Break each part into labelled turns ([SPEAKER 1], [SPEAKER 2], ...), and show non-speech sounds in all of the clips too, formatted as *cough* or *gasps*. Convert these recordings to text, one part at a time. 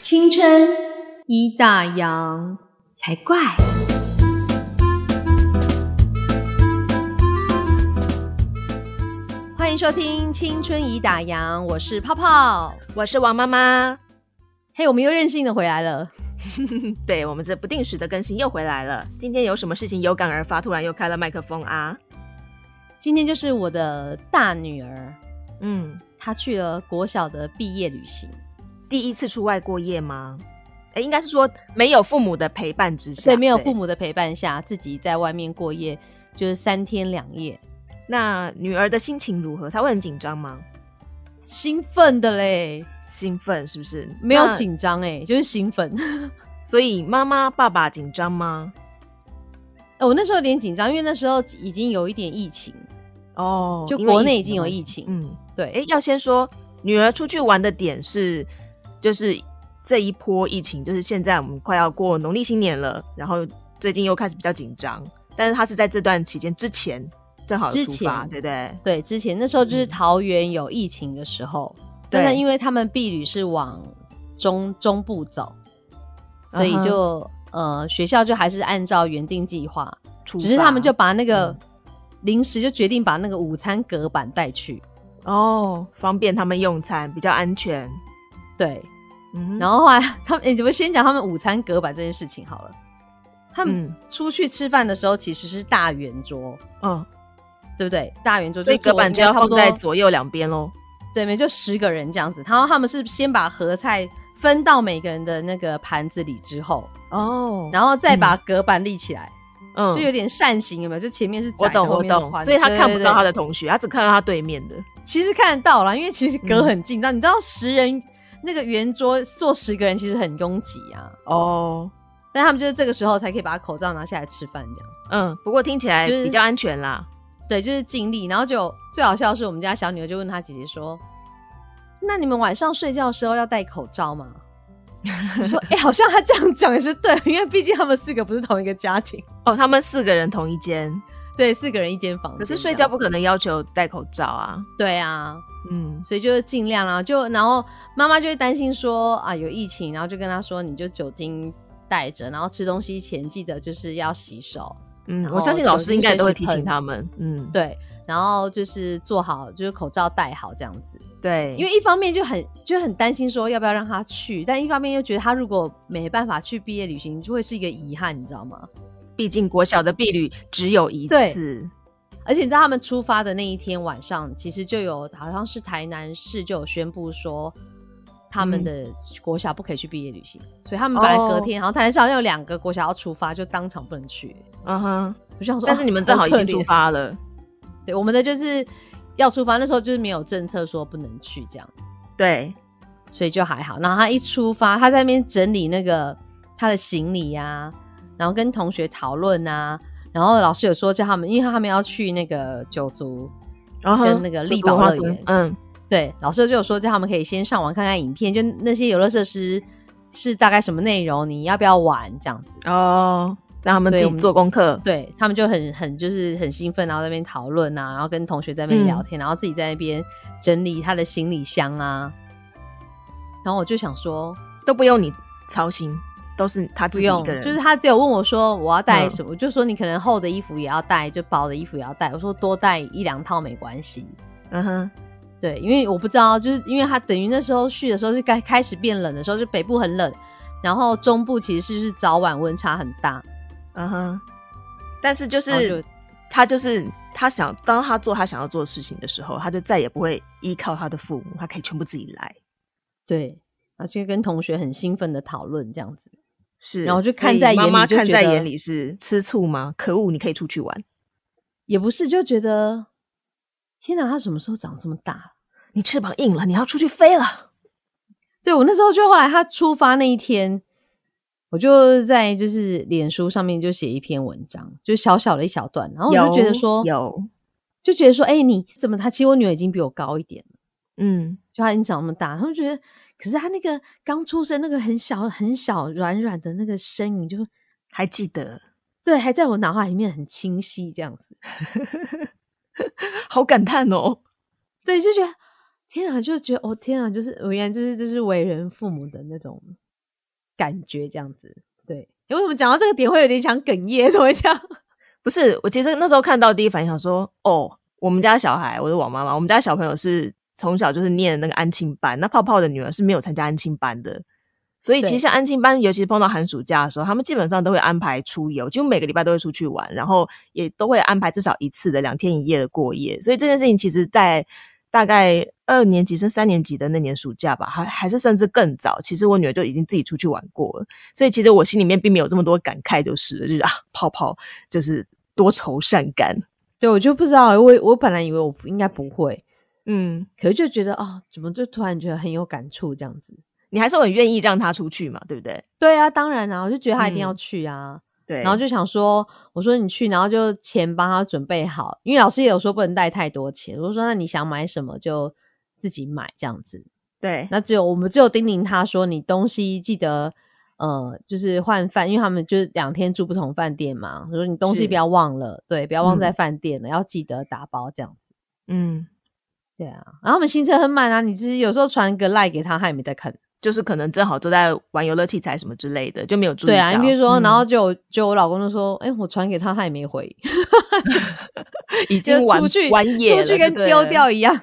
[SPEAKER 1] 青春
[SPEAKER 2] 一大洋。
[SPEAKER 1] 才怪。
[SPEAKER 2] 欢迎收听《青春已打烊》，我是泡泡。
[SPEAKER 3] 我是王妈妈。 *laughs*
[SPEAKER 2] 嘿、我们又任性的回来了。
[SPEAKER 3] 对我们这不定时的更新又回来了。今天有什么事情有感而发，突然又开了麦克风啊？
[SPEAKER 2] 今天就是我的大女儿，
[SPEAKER 3] 嗯，
[SPEAKER 2] 她去了国小的毕业旅行。
[SPEAKER 3] 第一次出外过夜吗？哎，应该是说没有父母的陪伴之下，
[SPEAKER 2] 对，没有父。母的陪伴下，自己在外面过夜，就是三天两夜，
[SPEAKER 3] 那女儿的心情如何？她会很紧张吗？
[SPEAKER 2] 兴奋的嘞，
[SPEAKER 3] 兴奋是不是？
[SPEAKER 2] 没有
[SPEAKER 3] 那，
[SPEAKER 2] 紧张哎，就是兴奋。
[SPEAKER 3] 所以妈妈爸爸紧张吗？
[SPEAKER 2] 我那时候有点紧张，因为那时候已经有一点疫情，
[SPEAKER 3] 哦，
[SPEAKER 2] 就
[SPEAKER 3] 因为
[SPEAKER 2] 国内
[SPEAKER 3] 疫
[SPEAKER 2] 已经
[SPEAKER 3] 的
[SPEAKER 2] 有
[SPEAKER 3] 关
[SPEAKER 2] 疫
[SPEAKER 3] 系
[SPEAKER 2] 情
[SPEAKER 3] 嗯，
[SPEAKER 2] 对，
[SPEAKER 3] 哎，要先说女儿出去玩的点是，就是这一波疫情，就是现在我们快要过农历新年了，然后最近又开始比较紧张，但是她是在这段期间之前正好有
[SPEAKER 2] 之
[SPEAKER 3] 出发，
[SPEAKER 2] 前
[SPEAKER 3] 对不对？
[SPEAKER 2] 对，之前那时候就是
[SPEAKER 3] 嗯
[SPEAKER 2] 桃园有疫情的时候，
[SPEAKER 3] 对
[SPEAKER 2] 但是因为他们婢女是往中中部走，所以
[SPEAKER 3] 嗯哼
[SPEAKER 2] 就、呃学校就还是按照原定计划，
[SPEAKER 3] 出
[SPEAKER 2] 只是他们就
[SPEAKER 3] 发
[SPEAKER 2] 把那个
[SPEAKER 3] 嗯
[SPEAKER 2] 临时就决定把那个午餐隔板带去，
[SPEAKER 3] 哦，方便他们用餐，比较安全。
[SPEAKER 2] 对，
[SPEAKER 3] 嗯，
[SPEAKER 2] 然
[SPEAKER 3] 后
[SPEAKER 2] 后后来他们，诶你们先讲他们午餐隔板这件事情好了，他们
[SPEAKER 3] 嗯
[SPEAKER 2] 出去吃饭的时候其实是大圆桌。
[SPEAKER 3] 嗯，
[SPEAKER 2] 对不对？大圆桌
[SPEAKER 3] 所以
[SPEAKER 2] 就坐
[SPEAKER 3] 隔板
[SPEAKER 2] 应
[SPEAKER 3] 就
[SPEAKER 2] 该
[SPEAKER 3] 要
[SPEAKER 2] 差不
[SPEAKER 3] 放在
[SPEAKER 2] 多
[SPEAKER 3] 左右两边喽。
[SPEAKER 2] 对，没就十个人这样子。然后他们是先把盒菜分到每个人的那个盘子里之后，
[SPEAKER 3] 哦，
[SPEAKER 2] 然后再把隔板立起来，
[SPEAKER 3] 嗯
[SPEAKER 2] 就有点扇形，有没有？就前面是
[SPEAKER 3] 我
[SPEAKER 2] 窄，
[SPEAKER 3] 懂
[SPEAKER 2] 后
[SPEAKER 3] 我
[SPEAKER 2] 面是
[SPEAKER 3] 懂，
[SPEAKER 2] 宽的，
[SPEAKER 3] 所以他
[SPEAKER 2] 对
[SPEAKER 3] 看不到他。
[SPEAKER 2] 对
[SPEAKER 3] 的
[SPEAKER 2] 对
[SPEAKER 3] 同学，他只看到他对面的。
[SPEAKER 2] 其实看得到啦，因为其实隔
[SPEAKER 3] 嗯
[SPEAKER 2] 很近，你知道？你知道十人那个圆桌坐十个人其实很拥挤啊，
[SPEAKER 3] 哦，
[SPEAKER 2] 但他们就是这个时候才可以把口罩拿下来吃饭这样。
[SPEAKER 3] 嗯，不过听起来
[SPEAKER 2] 就是
[SPEAKER 3] 比较安全啦。
[SPEAKER 2] 对，就是尽力。然后就最好笑的是，我们家小女儿就问她姐姐说：“那你们晚上睡觉的时候要戴口罩吗？”我说：“哎、好像她这样讲也是对，因为毕竟他们四个不是同一个家庭，
[SPEAKER 3] 哦，他们四个人同一间，
[SPEAKER 2] 对，四个人一间房间
[SPEAKER 3] 可
[SPEAKER 2] 这样。
[SPEAKER 3] 是睡觉不可能要求戴口罩啊。
[SPEAKER 2] 对啊，
[SPEAKER 3] 嗯，
[SPEAKER 2] 所以就是尽量啦。就然后妈妈就会担心说啊有疫情，然后就跟她说你就酒精带着，然后吃东西前记得就是要洗手，
[SPEAKER 3] 嗯，
[SPEAKER 2] 然后
[SPEAKER 3] 我相信老师应该也都会
[SPEAKER 2] 酒
[SPEAKER 3] 提
[SPEAKER 2] 精随时
[SPEAKER 3] 醒他们。嗯，
[SPEAKER 2] 对，然后就是做好就是口罩戴好这样子。
[SPEAKER 3] 对，
[SPEAKER 2] 因为一方面就很就很担心说要不要让他去，但一方面又觉得他如果没办法去毕业旅行，就会是一个遗憾，你知道吗？
[SPEAKER 3] 毕竟国小的婢女只有一
[SPEAKER 2] 对
[SPEAKER 3] 次。
[SPEAKER 2] 而且你知道他们出发的那一天晚上，其实就有好像是台南市就有宣布说他们
[SPEAKER 3] 嗯哦
[SPEAKER 2] 的国小不可以去毕业旅行，所以他们本来隔天，好像台南市好像有两个国小要出发，就当场不能去。
[SPEAKER 3] 嗯哼，
[SPEAKER 2] 我想说，
[SPEAKER 3] 但是你们正好已经出
[SPEAKER 2] 哦，
[SPEAKER 3] 发了。
[SPEAKER 2] 好可怜对，我们的就是要出发，那时候就是没有政策说不能去这样。
[SPEAKER 3] 对，
[SPEAKER 2] 所以就还好。然后他一出发，他在那边整理那个他的行李呀、然后跟同学讨论啊，然后老师有说叫他们，因为他们要去那个九族，
[SPEAKER 3] 然后
[SPEAKER 2] 跟那个
[SPEAKER 3] 就
[SPEAKER 2] 力
[SPEAKER 3] 国
[SPEAKER 2] 宝
[SPEAKER 3] 华
[SPEAKER 2] 乐
[SPEAKER 3] 村
[SPEAKER 2] 园
[SPEAKER 3] 嗯，
[SPEAKER 2] 对，老师就有说叫他们可以先上网看看影片，就那些游乐设施是大概什么内容，你要不要玩这样子。
[SPEAKER 3] 哦，让他们
[SPEAKER 2] 所以
[SPEAKER 3] 自
[SPEAKER 2] 我
[SPEAKER 3] 己
[SPEAKER 2] 们
[SPEAKER 3] 做功课。
[SPEAKER 2] 对他们就很很就是很兴奋，然后在那边讨论啊，然后跟同学在那边聊天，然后自己在那边整理他的行李箱啊。然后我就想说，
[SPEAKER 3] 都不用你操心，都是他
[SPEAKER 2] 不
[SPEAKER 3] 自己一
[SPEAKER 2] 用
[SPEAKER 3] 个，人。
[SPEAKER 2] 就是他只有问我说我要带
[SPEAKER 3] 嗯
[SPEAKER 2] 什么，我就说你可能厚的衣服也要带，就薄的衣服也要带。我说多带一两套没关系，
[SPEAKER 3] 嗯哼，
[SPEAKER 2] 对，因为我不知道，就是因为他等于那时候去的时候是该开始变冷的时候，就北部很冷，然后中部其实是是早晚温差很大，
[SPEAKER 3] 嗯哼。但是就
[SPEAKER 2] 然后
[SPEAKER 3] 是
[SPEAKER 2] 就
[SPEAKER 3] 他就是他想，当他做他想要做的事情的时候，他就再也不会依靠他的父母，他可以全部自己来。
[SPEAKER 2] 对，然后就跟同学很兴奋的讨论这样子，
[SPEAKER 3] 是，
[SPEAKER 2] 然后就
[SPEAKER 3] 所
[SPEAKER 2] 看
[SPEAKER 3] 以
[SPEAKER 2] 在眼
[SPEAKER 3] 妈
[SPEAKER 2] 里
[SPEAKER 3] 妈
[SPEAKER 2] 就
[SPEAKER 3] 看
[SPEAKER 2] 觉
[SPEAKER 3] 在
[SPEAKER 2] 得
[SPEAKER 3] 眼里是吃醋吗？可恶，你可以出去玩，
[SPEAKER 2] 也不是就觉得天哪，他什么时候长这么大？
[SPEAKER 3] 你翅膀硬了，你要出去飞了。
[SPEAKER 2] 对我那时候就后来他出发那一天，我就在就是脸书上面就写一篇文章，就小小的一小段，然后我就觉得说，
[SPEAKER 3] 有，
[SPEAKER 2] 就觉得说，哎、你怎么他其实我女儿已经比我高一点了，
[SPEAKER 3] 嗯，
[SPEAKER 2] 就她已经长那么大，然后就觉得，可是她那个刚出生那个很小很小软软的那个身影就，
[SPEAKER 3] 还记得，
[SPEAKER 2] 对，还在我脑海里面很清晰这样子，
[SPEAKER 3] 好感叹哦。
[SPEAKER 2] 对，就觉得天啊，就觉得哦天啊，就是我原来就是就是为人父母的那种感觉这样子。对，因为我们讲到这个点会有点想哽咽，怎么会这样？ *laughs*
[SPEAKER 3] 不是，我其实那时候看到第一反应想说，哦，我们家小孩，我的王妈妈，我们家小朋友是从小就是念那个安亲班，那泡泡的女儿是没有参加安亲班的，所以
[SPEAKER 2] 对
[SPEAKER 3] 其实像安亲班，尤其碰到寒暑假的时候，他们基本上都会安排出游，几乎每个礼拜都会出去玩，然后也都会安排至少一次的两天一夜的过夜，所以这件事情其实在大概二年级升三年级的那年暑假吧，还还是甚至更早，其实我女儿就已经自己出去玩过了，所以其实我心里面并没有这么多感慨，就是了就是啊，泡泡就是多愁善感。
[SPEAKER 2] 对我就不知道欸，我我本来以为我不应该不会，
[SPEAKER 3] 嗯，
[SPEAKER 2] 可是就觉得啊、怎么就突然觉得很有感触这样子。
[SPEAKER 3] 你还是很愿意让他出去嘛，对不对？
[SPEAKER 2] 对啊，当然啊，我就觉得他一定要
[SPEAKER 3] 嗯
[SPEAKER 2] 去啊，
[SPEAKER 3] 对，
[SPEAKER 2] 然后就想说，我说你去，然后就钱帮他准备好，因为老师也有说不能带太多钱，我说那你想买什么就自己买这样子。
[SPEAKER 3] 对，
[SPEAKER 2] 那只有我们只有叮咛他说，你东西记得呃，就是换饭，因为他们就是两天住不同饭店嘛，我说你东西
[SPEAKER 3] 是
[SPEAKER 2] 不要忘了，对，不要忘在
[SPEAKER 3] 嗯
[SPEAKER 2] 饭店了，要记得打包这样子。
[SPEAKER 3] 嗯，
[SPEAKER 2] 对啊，然后我们行程很满啊，你只是有时候传个赖、给他，他也没在看。
[SPEAKER 3] 就是可能正好都在玩游乐器材什么之类的，就没有注意
[SPEAKER 2] 对啊，
[SPEAKER 3] 到
[SPEAKER 2] 你比如说，
[SPEAKER 3] 嗯
[SPEAKER 2] 然后就就我老公就说，哎、我传给他，他也没回，
[SPEAKER 3] 已
[SPEAKER 2] 就
[SPEAKER 3] 经玩
[SPEAKER 2] 出去
[SPEAKER 3] 玩野
[SPEAKER 2] 出
[SPEAKER 3] 了
[SPEAKER 2] 去跟
[SPEAKER 3] 对不
[SPEAKER 2] 丢
[SPEAKER 3] 对
[SPEAKER 2] 掉一样。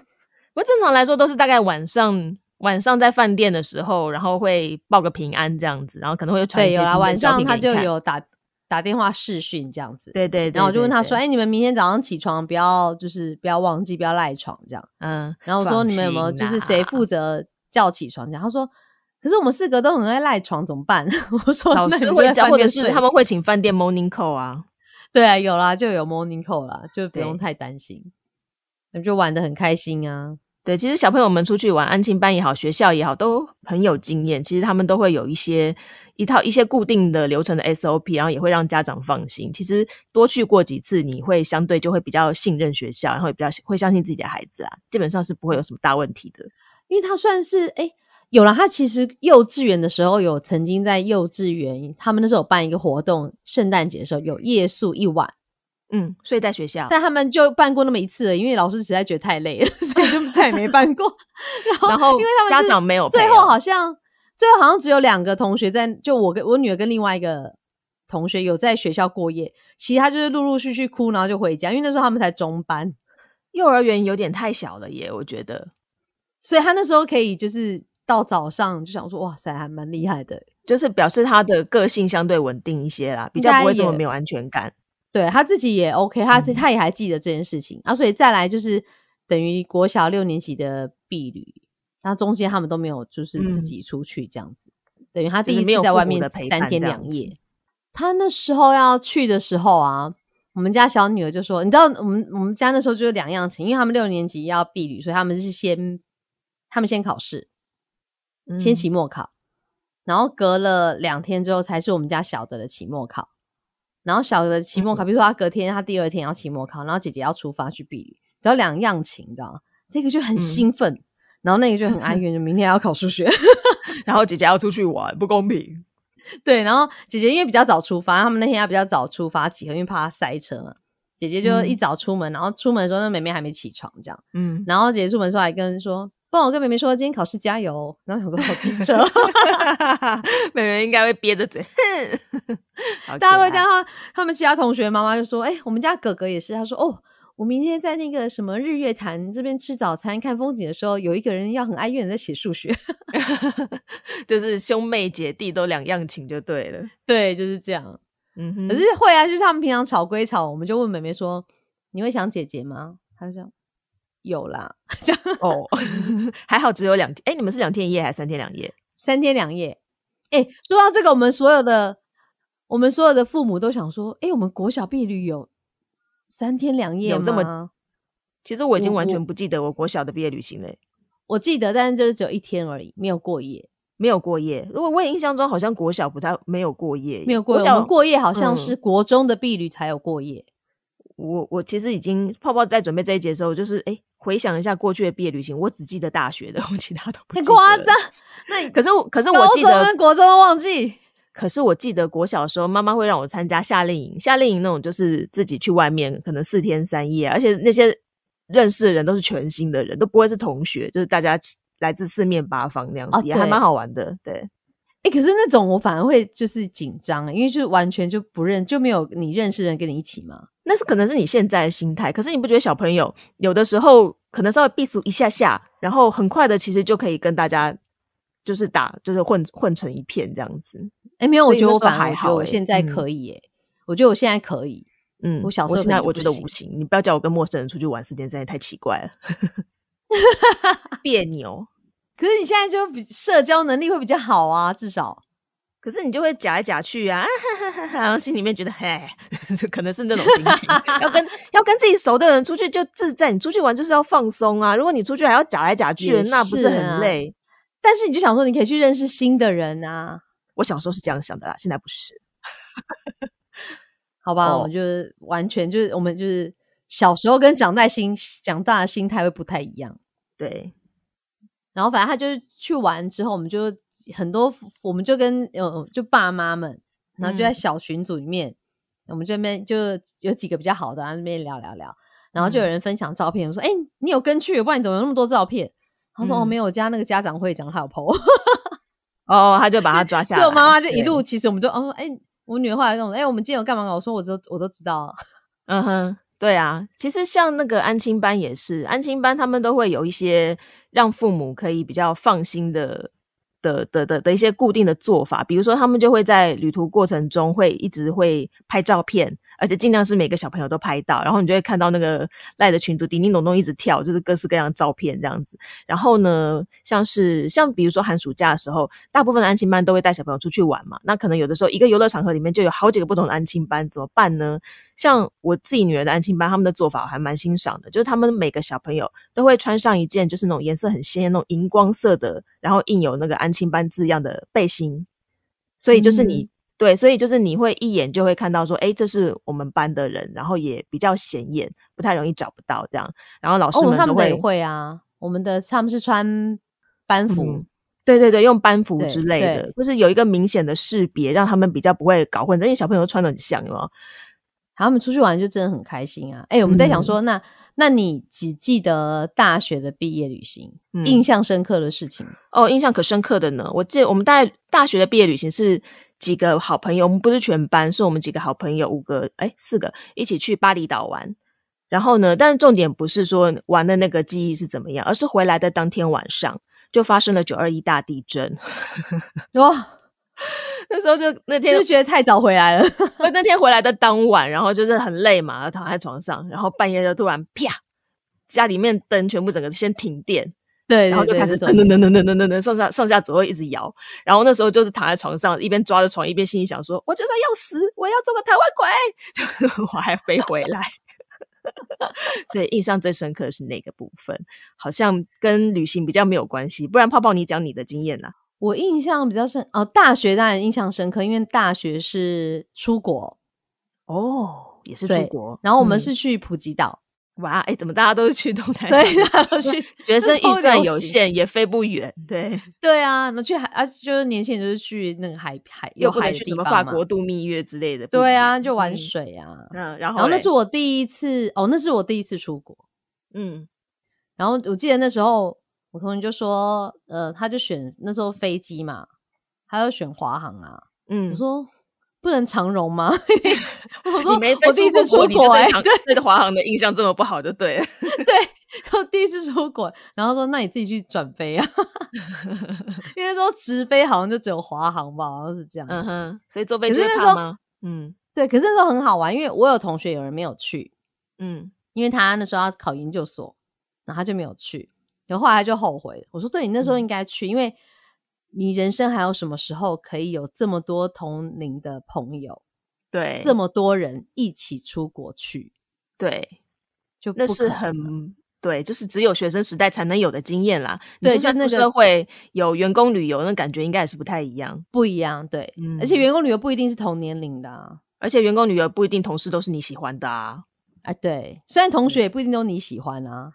[SPEAKER 3] 不过正常来说都是大概晚上晚上在饭店的时候，然后会报个平安这样子，然后可能会传一
[SPEAKER 2] 对，
[SPEAKER 3] 些
[SPEAKER 2] 有啦，
[SPEAKER 3] 景点
[SPEAKER 2] 晚
[SPEAKER 3] 照
[SPEAKER 2] 上
[SPEAKER 3] 片
[SPEAKER 2] 他
[SPEAKER 3] 给你
[SPEAKER 2] 就
[SPEAKER 3] 看
[SPEAKER 2] 有打打电话视讯这样子。
[SPEAKER 3] 对对对，
[SPEAKER 2] 然后我就问他
[SPEAKER 3] 对
[SPEAKER 2] 说：“哎、
[SPEAKER 3] 对
[SPEAKER 2] 你们明天早上起床不要，就是不要忘记，不要赖床这样。
[SPEAKER 3] 嗯”，
[SPEAKER 2] 然后我说：“
[SPEAKER 3] 放
[SPEAKER 2] 你们有没有
[SPEAKER 3] 心
[SPEAKER 2] 就是
[SPEAKER 3] 啦
[SPEAKER 2] 谁负责叫起床？”这样他说：“可是我们四个都很爱赖床，怎么办？” *laughs* *laughs* 我说：“
[SPEAKER 3] 老
[SPEAKER 2] 那你
[SPEAKER 3] 师
[SPEAKER 2] 们
[SPEAKER 3] 会
[SPEAKER 2] 在
[SPEAKER 3] 讲，
[SPEAKER 2] 饭
[SPEAKER 3] 或者
[SPEAKER 2] 店
[SPEAKER 3] 是
[SPEAKER 2] 睡
[SPEAKER 3] 他们会请饭店 morning call 啊，
[SPEAKER 2] 对啊，有啦，就有 morning call 啦，就不
[SPEAKER 3] 对
[SPEAKER 2] 用太担心，我们就玩的很开心啊。
[SPEAKER 3] 对，其实小朋友们出去玩，安亲班也好，学校也好，都很有经验。其实他们都会有一些一套一些固定的流程的 SOP，然后也会让家长放心。其实多去过几次，你会相对就会比较信任学校，然后也比较会相信自己的孩子啊，基本上是不会有什么大问题的。
[SPEAKER 2] 因为他算是哎、有了他其实幼稚园的时候有曾经在幼稚园，他们那时候有办一个活动，圣诞节的时候有夜宿一晚，
[SPEAKER 3] 嗯，所以在学校，
[SPEAKER 2] 但他们就办过那么一次了，因为老师实在觉得太累了， *laughs* 所以就再也没办过。 *laughs* 然后，
[SPEAKER 3] 然后
[SPEAKER 2] 因为他们
[SPEAKER 3] 家
[SPEAKER 2] 是
[SPEAKER 3] 长没有
[SPEAKER 2] 最
[SPEAKER 3] 陪
[SPEAKER 2] 后
[SPEAKER 3] 哦
[SPEAKER 2] 好像最后好像只有两个同学在，就我跟我女儿跟另外一个同学有在学校过夜，其他就是陆陆续续哭，然后就回家，因为那时候他们才中班，
[SPEAKER 3] 幼儿园有点太小了耶，我觉得。
[SPEAKER 2] 所以他那时候可以就是到早上就想说，哇塞，还蛮厉害的。
[SPEAKER 3] 就是表示他的个性相对稳定一些啦，比较
[SPEAKER 2] 应该
[SPEAKER 3] 不会这么
[SPEAKER 2] 也
[SPEAKER 3] 没有安全感。
[SPEAKER 2] 对他自己也 OK，他、
[SPEAKER 3] 嗯
[SPEAKER 2] 他也还记得这件事情啊，所以再来就是等于国小六年级的婢女，那中间他们都没有就是自
[SPEAKER 3] 嗯
[SPEAKER 2] 己出去这样子，等于他
[SPEAKER 3] 就
[SPEAKER 2] 第
[SPEAKER 3] 是
[SPEAKER 2] 一
[SPEAKER 3] 没
[SPEAKER 2] 次
[SPEAKER 3] 有
[SPEAKER 2] 在
[SPEAKER 3] 父
[SPEAKER 2] 外
[SPEAKER 3] 母
[SPEAKER 2] 面
[SPEAKER 3] 的陪
[SPEAKER 2] 三
[SPEAKER 3] 伴
[SPEAKER 2] 天
[SPEAKER 3] 这样
[SPEAKER 2] 两
[SPEAKER 3] 子
[SPEAKER 2] 夜。他那时候要去的时候啊，我们家小女儿就说，你知道我们我们家那时候就是两样情，因为他们六年级要婢女，所以他们是先他们先考试，先
[SPEAKER 3] 嗯
[SPEAKER 2] 期末考，然后隔了两天之后才是我们家小的的期末考，然后小的
[SPEAKER 3] 嗯
[SPEAKER 2] 期末考，比如说他隔天他第二天要期末考，然后姐姐要出发去避旅，只有两样情，你知道吗？这个就很
[SPEAKER 3] 嗯
[SPEAKER 2] 兴奋，然后那个就很
[SPEAKER 3] *laughs*
[SPEAKER 2] 哀怨，就明天要考数学。 *laughs*
[SPEAKER 3] 然后姐姐要出去玩，不公平。
[SPEAKER 2] 对，然后姐姐因为比较早出发，他们那天要比较早出发集合，因为怕她塞车嘛。姐姐就一
[SPEAKER 3] 嗯
[SPEAKER 2] 早出门，然后出门的时候，那妹妹还没起床，这样。
[SPEAKER 3] 嗯，
[SPEAKER 2] 然后姐姐出门的时候还跟人说：“不然我跟妹妹说今天考试加油哦。”然后想说好机车哦，
[SPEAKER 3] *laughs* 妹妹应该会憋着嘴， *laughs* 哼好
[SPEAKER 2] 大家
[SPEAKER 3] 可
[SPEAKER 2] 都
[SPEAKER 3] 爱
[SPEAKER 2] 这样。他他们其他同学妈妈就说：“哎、我们家哥哥也是。”他说：“哦，我明天在那个什么日月潭这边吃早餐看风景的时候，有一个人要很哀怨的在写数学。
[SPEAKER 3] 就是兄妹姐弟都两样情就 *laughs* 对了。”
[SPEAKER 2] 对，就是这样。
[SPEAKER 3] 嗯哼，
[SPEAKER 2] 可是会啊，就是他们平常吵归吵，我们就问妹妹说：“你会想姐姐吗？”她就说：“有啦，
[SPEAKER 3] 哦， *laughs* 还好只有两天。哎、你们是两天一夜还是三天两夜？
[SPEAKER 2] 三天两夜。哎，说到这个，我们所有的我们所有的父母都想说：“哎，我们国小毕旅有三天两夜
[SPEAKER 3] 有这
[SPEAKER 2] 吗
[SPEAKER 3] 么？”其实我已经
[SPEAKER 2] 我
[SPEAKER 3] 完
[SPEAKER 2] 我
[SPEAKER 3] 全不记得我国小的毕业旅行了、
[SPEAKER 2] 我记得，但是就是只有一天而已，没有过夜。
[SPEAKER 3] 没有过夜。如果我也印象中好像国小不太没有过夜耶，
[SPEAKER 2] 没有过夜，
[SPEAKER 3] 小
[SPEAKER 2] 我们过夜好像
[SPEAKER 3] 嗯
[SPEAKER 2] 是国中的婢女才有过夜。
[SPEAKER 3] 我我其实已经泡泡在准备这一节的时候，就是哎、诶回想一下过去的毕业旅行，我只记得大学的， *laughs* 我其他都不
[SPEAKER 2] 太
[SPEAKER 3] 记得
[SPEAKER 2] 夸
[SPEAKER 3] 了
[SPEAKER 2] 张。那你
[SPEAKER 3] 可是我可是我
[SPEAKER 2] 高
[SPEAKER 3] 记
[SPEAKER 2] 中
[SPEAKER 3] 得
[SPEAKER 2] 跟国中都忘记，
[SPEAKER 3] 可是我记得国小的时候，妈妈会让我参加夏令营，夏令营那种就是自己去外面，可能四天三夜，啊而且那些认识的人都是全新的人，都不会是同学，就是大家来自四面八方那样子，
[SPEAKER 2] 哦
[SPEAKER 3] 也还
[SPEAKER 2] 对
[SPEAKER 3] 蛮好玩的。对，
[SPEAKER 2] 哎、可是那种我反而会就是紧张、欸因为就完全就不认，就没有你认识的人跟你一起嘛。
[SPEAKER 3] 那是可能是你现在的心态，可是你不觉得小朋友有的时候可能稍微避俗一下下，然后很快的其实就可以跟大家就是打就是混混成一片这样子。
[SPEAKER 2] 哎、没有，我
[SPEAKER 3] 所以
[SPEAKER 2] 觉得
[SPEAKER 3] 那
[SPEAKER 2] 我
[SPEAKER 3] 时候
[SPEAKER 2] 反而
[SPEAKER 3] 还
[SPEAKER 2] 我觉得
[SPEAKER 3] 好
[SPEAKER 2] 我
[SPEAKER 3] 欸
[SPEAKER 2] 现在
[SPEAKER 3] 嗯
[SPEAKER 2] 可以、耶，我觉得我现在可以。
[SPEAKER 3] 嗯，
[SPEAKER 2] 我小时候
[SPEAKER 3] 现
[SPEAKER 2] 可能
[SPEAKER 3] 在
[SPEAKER 2] 就不
[SPEAKER 3] 我觉得
[SPEAKER 2] 行
[SPEAKER 3] 无形，你不要叫我跟陌生人出去玩四天三夜，太奇怪
[SPEAKER 2] *laughs*
[SPEAKER 3] 了，别扭。
[SPEAKER 2] 可是你现在就比社交能力会比较好啊，至少
[SPEAKER 3] 可是你就会夹来夹去啊，啊 *laughs* 哈哈哈哈然后心里面觉得，嘿， *laughs* 就可能是那种心情。要跟要跟自己熟的人出去就自在，你出去玩就是要放松啊。如果你出去还要夹来夹去
[SPEAKER 2] 也
[SPEAKER 3] 的，那不
[SPEAKER 2] 是
[SPEAKER 3] 是
[SPEAKER 2] 啊
[SPEAKER 3] 很累？
[SPEAKER 2] 但是你就想说，你可以去认识新的人啊，
[SPEAKER 3] 我小时候是这样想的啦，现在不是。
[SPEAKER 2] 好吧？
[SPEAKER 3] 哦
[SPEAKER 2] 我们就是完全就是我们就是小时候跟长大心长大的心态会不太一样。
[SPEAKER 3] 对，
[SPEAKER 2] 然后反正他就是去玩之后，我们就很多，我们就跟呃就爸妈们，然后就在
[SPEAKER 3] 嗯
[SPEAKER 2] 小群组里面，我们这边就有几个比较好的，然后那边聊聊聊，然后就有
[SPEAKER 3] 嗯
[SPEAKER 2] 人分享照片，我说：“哎、你有跟去？不然你怎么有那么多照片？”他说：“哦，
[SPEAKER 3] 嗯
[SPEAKER 2] 没有，我家那个家长会长他有 PO。”
[SPEAKER 3] 哦，他就把他抓下
[SPEAKER 2] 所
[SPEAKER 3] 来。
[SPEAKER 2] 以我妈妈就一
[SPEAKER 3] 对，
[SPEAKER 2] 路，其实我们就哦，哎、我女儿后来跟我说：“哎、我们今天有干嘛？”我说：“我都我都知道啊。
[SPEAKER 3] 嗯哼，对啊。其实像那个安亲班也是，安亲班他们都会有一些让父母可以比较放心的。的的的的一些固定的做法，比如说他们就会在旅途过程中会一直会拍照片，而且尽量是每个小朋友都拍到，然后你就会看到那个赖的群组叮叮咚咚一直跳，就是各式各样的照片这样子。然后呢，像是像比如说寒暑假的时候，大部分的安亲班都会带小朋友出去玩嘛。那可能有的时候一个游乐场合里面就有好几个不同的安亲班，怎么办呢？像我自己女儿的安亲班，他们的做法我还蛮欣赏的，就是他们每个小朋友都会穿上一件就是那种颜色很鲜艳、那种荧光色的，然后印有那个安亲班字样的背心。所以就是你、
[SPEAKER 2] 嗯
[SPEAKER 3] 对，所以就是你会一眼就会看到说，哎，这是我们班的人，然后也比较显眼，不太容易找不到这样。然后老”师
[SPEAKER 2] 哦，
[SPEAKER 3] 们
[SPEAKER 2] 他
[SPEAKER 3] 都
[SPEAKER 2] 们的
[SPEAKER 3] 会、
[SPEAKER 2] 也会啊，我们的他们是穿班服，
[SPEAKER 3] 嗯对对对，用班服
[SPEAKER 2] 对
[SPEAKER 3] 之类
[SPEAKER 2] 对
[SPEAKER 3] 的，就是有一个明显的识别，让他们比较不会搞混。但是小朋友都穿的很像，有没有？
[SPEAKER 2] 他们出去玩就真的很开心啊。哎、我们在想
[SPEAKER 3] 嗯
[SPEAKER 2] 说，那那你只记得大学的毕业旅行、
[SPEAKER 3] 嗯
[SPEAKER 2] 印象深刻的事情？
[SPEAKER 3] 哦，印象可深刻的呢。我记得我们大大学的毕业旅行是几个好朋友，我们不是全班，是我们几个好朋友，五个哎四个一起去巴厘岛玩。然后呢，但是重点不是说玩的那个记忆是怎么样，而是回来的当天晚上就发生了九二一大地震。 *laughs*
[SPEAKER 2] 哇、
[SPEAKER 3] 那时候就那天
[SPEAKER 2] 就是觉得太早回来了， *laughs*
[SPEAKER 3] 我那天回来的当晚，然后就是很累嘛，躺在床上，然后半夜就突然啪，家里面灯全部整个先停电，
[SPEAKER 2] 对
[SPEAKER 3] 然后
[SPEAKER 2] 对
[SPEAKER 3] 就
[SPEAKER 2] 对，
[SPEAKER 3] 开始
[SPEAKER 2] 这
[SPEAKER 3] 噔
[SPEAKER 2] 种
[SPEAKER 3] 噔噔噔噔噔噔噔上下上下左右一直摇，然后那时候就是躺在床上，一边抓着床，一边心里想说，我就算要死，我要做个台湾鬼，就 *laughs* 我还飞回来。所以印象最深刻的是那个部分，好像跟旅行比较没有关系。不然泡泡，你讲你的经验啊啦。
[SPEAKER 2] 我印象比较深哦，大学当然印象深刻，因为大学是出国，
[SPEAKER 3] 哦，也是
[SPEAKER 2] 对
[SPEAKER 3] 出国，
[SPEAKER 2] 然后我们
[SPEAKER 3] 嗯
[SPEAKER 2] 是去普吉
[SPEAKER 3] *laughs*
[SPEAKER 2] 岛，
[SPEAKER 3] 哇，哎，怎么大家都是去东南亚？
[SPEAKER 2] 对，然
[SPEAKER 3] *laughs*
[SPEAKER 2] 后去
[SPEAKER 3] 学生预算
[SPEAKER 2] 流
[SPEAKER 3] 有
[SPEAKER 2] 行嗯
[SPEAKER 3] 限，也飞不远，对，
[SPEAKER 2] 对啊，那去海啊，就是年轻人就是去那个海海有
[SPEAKER 3] 又不
[SPEAKER 2] 海
[SPEAKER 3] 能
[SPEAKER 2] 的
[SPEAKER 3] 去
[SPEAKER 2] 地
[SPEAKER 3] 什么
[SPEAKER 2] 方
[SPEAKER 3] 法
[SPEAKER 2] 嘛
[SPEAKER 3] 国度蜜月之类的。不
[SPEAKER 2] 对
[SPEAKER 3] 一
[SPEAKER 2] 啊，
[SPEAKER 3] 样
[SPEAKER 2] 就玩
[SPEAKER 3] 嗯
[SPEAKER 2] 水啊。
[SPEAKER 3] 嗯，然后
[SPEAKER 2] 然后那
[SPEAKER 3] 嘞
[SPEAKER 2] 是我第一次哦，那是我第一次出国。
[SPEAKER 3] 嗯
[SPEAKER 2] 然后我记得那时候我同学就说，呃，他就选那时候飞机嘛，他要选华航啊。
[SPEAKER 3] 嗯
[SPEAKER 2] 我，说不能长荣吗？ *laughs* 我说
[SPEAKER 3] 你没
[SPEAKER 2] 我
[SPEAKER 3] 在
[SPEAKER 2] 第一次
[SPEAKER 3] 出国，你就
[SPEAKER 2] 国哎、
[SPEAKER 3] 对长
[SPEAKER 2] *laughs*
[SPEAKER 3] 对华航的印象这么不好，就对了。
[SPEAKER 2] 我第一次出国，然后说那你自己去转飞啊， *laughs* 因为那时候直飞好像就只有华航吧，好像是这样。
[SPEAKER 3] 嗯哼，所以坐飞
[SPEAKER 2] 可
[SPEAKER 3] 机
[SPEAKER 2] 是
[SPEAKER 3] 会
[SPEAKER 2] 那时
[SPEAKER 3] 怕
[SPEAKER 2] 候
[SPEAKER 3] 吗？嗯
[SPEAKER 2] 对，可是那时候很好玩，因为我有同学有人没有去，
[SPEAKER 3] 嗯，
[SPEAKER 2] 因为他那时候要考研究所，然后他就没有去，然后后来他就后悔了。我说，对你那时候
[SPEAKER 3] 嗯
[SPEAKER 2] 应该去，因为你人生还有什么时候可以有这么多同龄的朋友，
[SPEAKER 3] 对，
[SPEAKER 2] 这么多人一起出国去，
[SPEAKER 3] 对，
[SPEAKER 2] 就不
[SPEAKER 3] 那
[SPEAKER 2] 可
[SPEAKER 3] 是
[SPEAKER 2] 能
[SPEAKER 3] 很
[SPEAKER 2] 了
[SPEAKER 3] 对，就是只有学生时代才能有的经验啦。你
[SPEAKER 2] 对
[SPEAKER 3] 现在
[SPEAKER 2] 就那
[SPEAKER 3] 出
[SPEAKER 2] 个
[SPEAKER 3] 社会有员工旅游，那感觉应该也是不太一样。
[SPEAKER 2] 不一样，对。而且
[SPEAKER 3] 嗯
[SPEAKER 2] 员工旅游不一定是同年龄的啊，
[SPEAKER 3] 而且员工旅游不一定同事都是你喜欢的啊，
[SPEAKER 2] 哎，对，虽然
[SPEAKER 3] 嗯
[SPEAKER 2] 同学也不一定都你喜欢啊，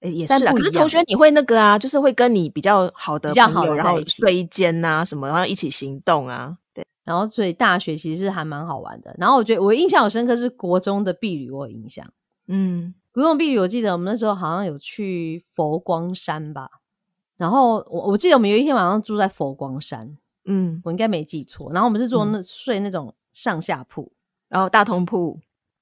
[SPEAKER 3] 诶也
[SPEAKER 2] 但
[SPEAKER 3] 是啦。
[SPEAKER 2] 不
[SPEAKER 3] 可是
[SPEAKER 2] 一
[SPEAKER 3] 同
[SPEAKER 2] 样
[SPEAKER 3] 学你会那个啊，就是会跟你比较好的
[SPEAKER 2] 比较
[SPEAKER 3] 朋
[SPEAKER 2] 好
[SPEAKER 3] 友，
[SPEAKER 2] 的
[SPEAKER 3] 然
[SPEAKER 2] 在
[SPEAKER 3] 后
[SPEAKER 2] 一起
[SPEAKER 3] 睡一间呐、什么，然后一起行动啊。对，
[SPEAKER 2] 然后所以大学其实是还蛮好玩的。然后我觉得我印象有深刻是国中的避旅，我有印象。
[SPEAKER 3] 嗯，
[SPEAKER 2] 古董避旅，我记得我们那时候好像有去佛光山吧，然后我我记得我们有一天晚上住在佛光山，
[SPEAKER 3] 嗯，
[SPEAKER 2] 我应该没记错。然后我们是坐那、睡那种上下铺，
[SPEAKER 3] 然后大通铺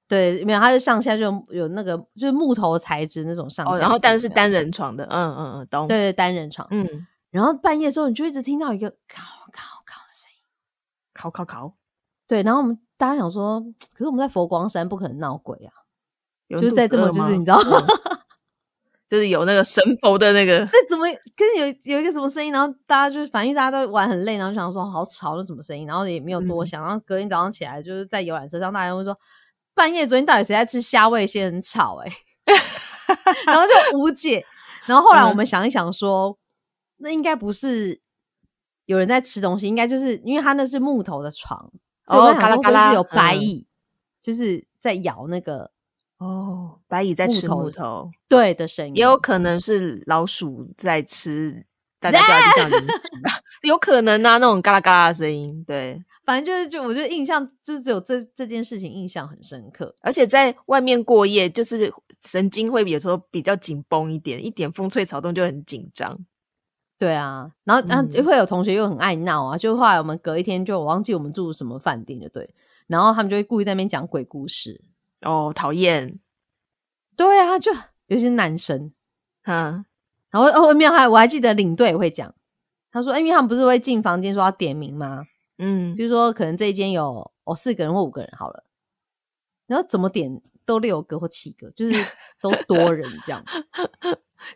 [SPEAKER 2] 对，没有，它就上下就有有那个就是木头材质那种上下铺
[SPEAKER 3] 哦，
[SPEAKER 2] 这样、
[SPEAKER 3] 然后但是单人床的，嗯嗯嗯，懂，
[SPEAKER 2] 对，对单人床，
[SPEAKER 3] 嗯，
[SPEAKER 2] 然后半夜的时候你就一直听到一个“咔咔咔”的声音，
[SPEAKER 3] 考考考，
[SPEAKER 2] 对，然后我们大家想说，可是我们在佛光山不可能闹鬼啊，
[SPEAKER 3] 有
[SPEAKER 2] 就
[SPEAKER 3] 人
[SPEAKER 2] 是在
[SPEAKER 3] 肚
[SPEAKER 2] 这
[SPEAKER 3] 子
[SPEAKER 2] 么就
[SPEAKER 3] 饿
[SPEAKER 2] 是
[SPEAKER 3] 吗
[SPEAKER 2] 你知道，
[SPEAKER 3] 嗯
[SPEAKER 2] *laughs*
[SPEAKER 3] 就是有那个神佛的那个，
[SPEAKER 2] 这怎么跟有有一个什么声音，然后大家就反正大家都玩很累，然后就想说好吵，那什么声音，然后也没有多
[SPEAKER 3] 嗯
[SPEAKER 2] 想，然后隔天早上起来就是在游览车上，大家会说半夜昨天到底谁在吃虾味鲜，很吵哎、 *laughs* 然后就无解。然后后来我
[SPEAKER 3] 嗯
[SPEAKER 2] 们想一想说，那应该不是有人在吃东西，应该就是因为它那是木头的床，所以我
[SPEAKER 3] 哦
[SPEAKER 2] 们想说会
[SPEAKER 3] 嘎啦嘎
[SPEAKER 2] 不
[SPEAKER 3] 啦
[SPEAKER 2] 是有白
[SPEAKER 3] 嗯
[SPEAKER 2] 蚁，就是在咬那个
[SPEAKER 3] 哦，白蚁在
[SPEAKER 2] 木
[SPEAKER 3] 吃
[SPEAKER 2] 头的
[SPEAKER 3] 木
[SPEAKER 2] 嗯
[SPEAKER 3] 头，
[SPEAKER 2] 对的声音，
[SPEAKER 3] 也有可能是老鼠在吃。大家坐在地上的零食吧 *laughs* 有可能啊，那种嘎啦嘎啦的声音，对，
[SPEAKER 2] 反正就是就我觉得印象就是只有这这件事情印象很深刻。
[SPEAKER 3] 而且在外面过夜，就是神经会有时候比较紧绷一点，一点风吹草动就很紧张。
[SPEAKER 2] 对啊，然后然后
[SPEAKER 3] 嗯
[SPEAKER 2] 会有同学又很爱闹啊，就后来我们隔一天就我忘记我们住什么饭店就对，然后他们就会故意在那边讲鬼故事。
[SPEAKER 3] 哦，讨厌，
[SPEAKER 2] 对啊，就尤其是男生，
[SPEAKER 3] 哈，
[SPEAKER 2] 然后哦没有还我还记得领队也会讲，他说、哎因为他们不是会进房间说要点名吗？
[SPEAKER 3] 嗯
[SPEAKER 2] 比，如说可能这一间有哦四个人或五个人好了，然后怎么点都六个或七个，就是都多人这样。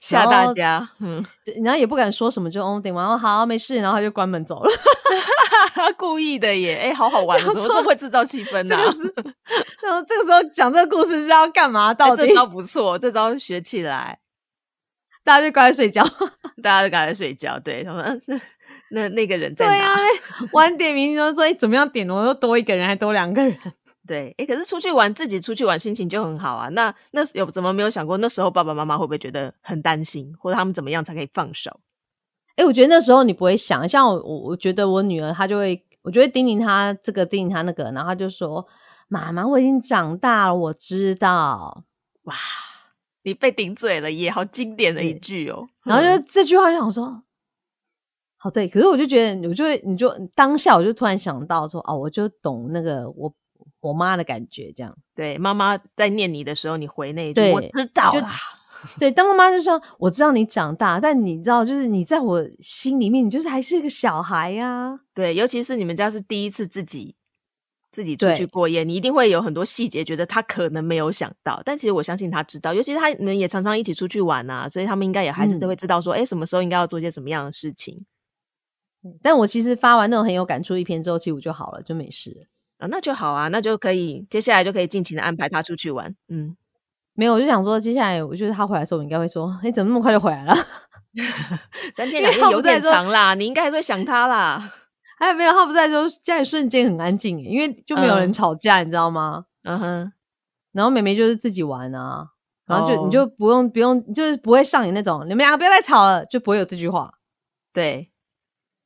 [SPEAKER 3] 吓大家，嗯， *laughs*
[SPEAKER 2] 对，然后也不敢说什么，就哦顶完哦好没事，然后他就关门走了。 *laughs*
[SPEAKER 3] 故意的耶，哎、好好玩哦，怎么这么会制造气氛呢、啊？
[SPEAKER 2] 然后这个时候讲这个故事是要干嘛？到
[SPEAKER 3] 哎
[SPEAKER 2] 底、
[SPEAKER 3] 这招不错，这招学起来，
[SPEAKER 2] 大家就乖乖睡觉。
[SPEAKER 3] 大家都赶快睡觉。对他们， *laughs* 嗯那那那个人在
[SPEAKER 2] 对
[SPEAKER 3] 哪？
[SPEAKER 2] 啊，晚点名都说哎怎么样点，我又多一个人还多两个人。
[SPEAKER 3] 对，哎、可是出去玩，自己出去玩心情就很好啊。那那有怎么没有想过，那时候爸爸妈妈会不会觉得很担心，或者他们怎么样才可以放手？
[SPEAKER 2] 哎、我觉得那时候你不会想，像我，我我觉得我女儿她就会，我就会叮咛她这个，叮咛她那个，然后她就说：“妈妈，我已经长大了，我知道。
[SPEAKER 3] 哇，你被顶嘴了耶，好经典的一
[SPEAKER 2] 对
[SPEAKER 3] 句哦。”
[SPEAKER 2] 然后
[SPEAKER 3] 嗯
[SPEAKER 2] 就这句话就想说，好对，可是我就觉得，我就会，你就当下我就突然想到说，哦，我就懂那个我我妈的感觉，这样。
[SPEAKER 3] 对妈妈在念你的时候，你回那一句
[SPEAKER 2] 对
[SPEAKER 3] 我知道
[SPEAKER 2] 就
[SPEAKER 3] 啦。
[SPEAKER 2] 对，当妈妈就说：“我知道你长大，但你知道，就是你在我心里面，你就是还是个小孩呀、
[SPEAKER 3] 对，尤其是你们家是第一次自己自己出
[SPEAKER 2] 对
[SPEAKER 3] 去过夜，你一定会有很多细节，觉得他可能没有想到，但其实我相信他知道。尤其是他们也常常一起出去玩啊，所以他们应该也还是
[SPEAKER 2] 嗯
[SPEAKER 3] 会知道说，哎、什么时候应该要做些什么样的事情
[SPEAKER 2] 嗯但我其实发完那种很有感触一篇之后，其实我就好了，就没事了。
[SPEAKER 3] 啊，那就好啊，那就可以接下来就可以尽情的安排他出去玩。嗯，
[SPEAKER 2] 没有，我就想说，接下来我觉得他回来的时候，我应该会说：“哎、怎么那么快就回来了 *laughs*
[SPEAKER 3] 三天
[SPEAKER 2] 因为
[SPEAKER 3] 两夜
[SPEAKER 2] 他
[SPEAKER 3] 有
[SPEAKER 2] 不在
[SPEAKER 3] 点
[SPEAKER 2] 的时候
[SPEAKER 3] 长啦，你应该还是会想他啦。？”
[SPEAKER 2] 还有没有？他不在的时候，家里瞬间很安静耶，因为就没有人
[SPEAKER 3] 嗯
[SPEAKER 2] 吵架，你知道吗？
[SPEAKER 3] 嗯哼，
[SPEAKER 2] 然后妹妹就是自己玩啊，然后就、
[SPEAKER 3] 哦
[SPEAKER 2] 你就不用不用，就是不会上瘾那种，你们两个不要再吵了，就不会有这句话。
[SPEAKER 3] 对，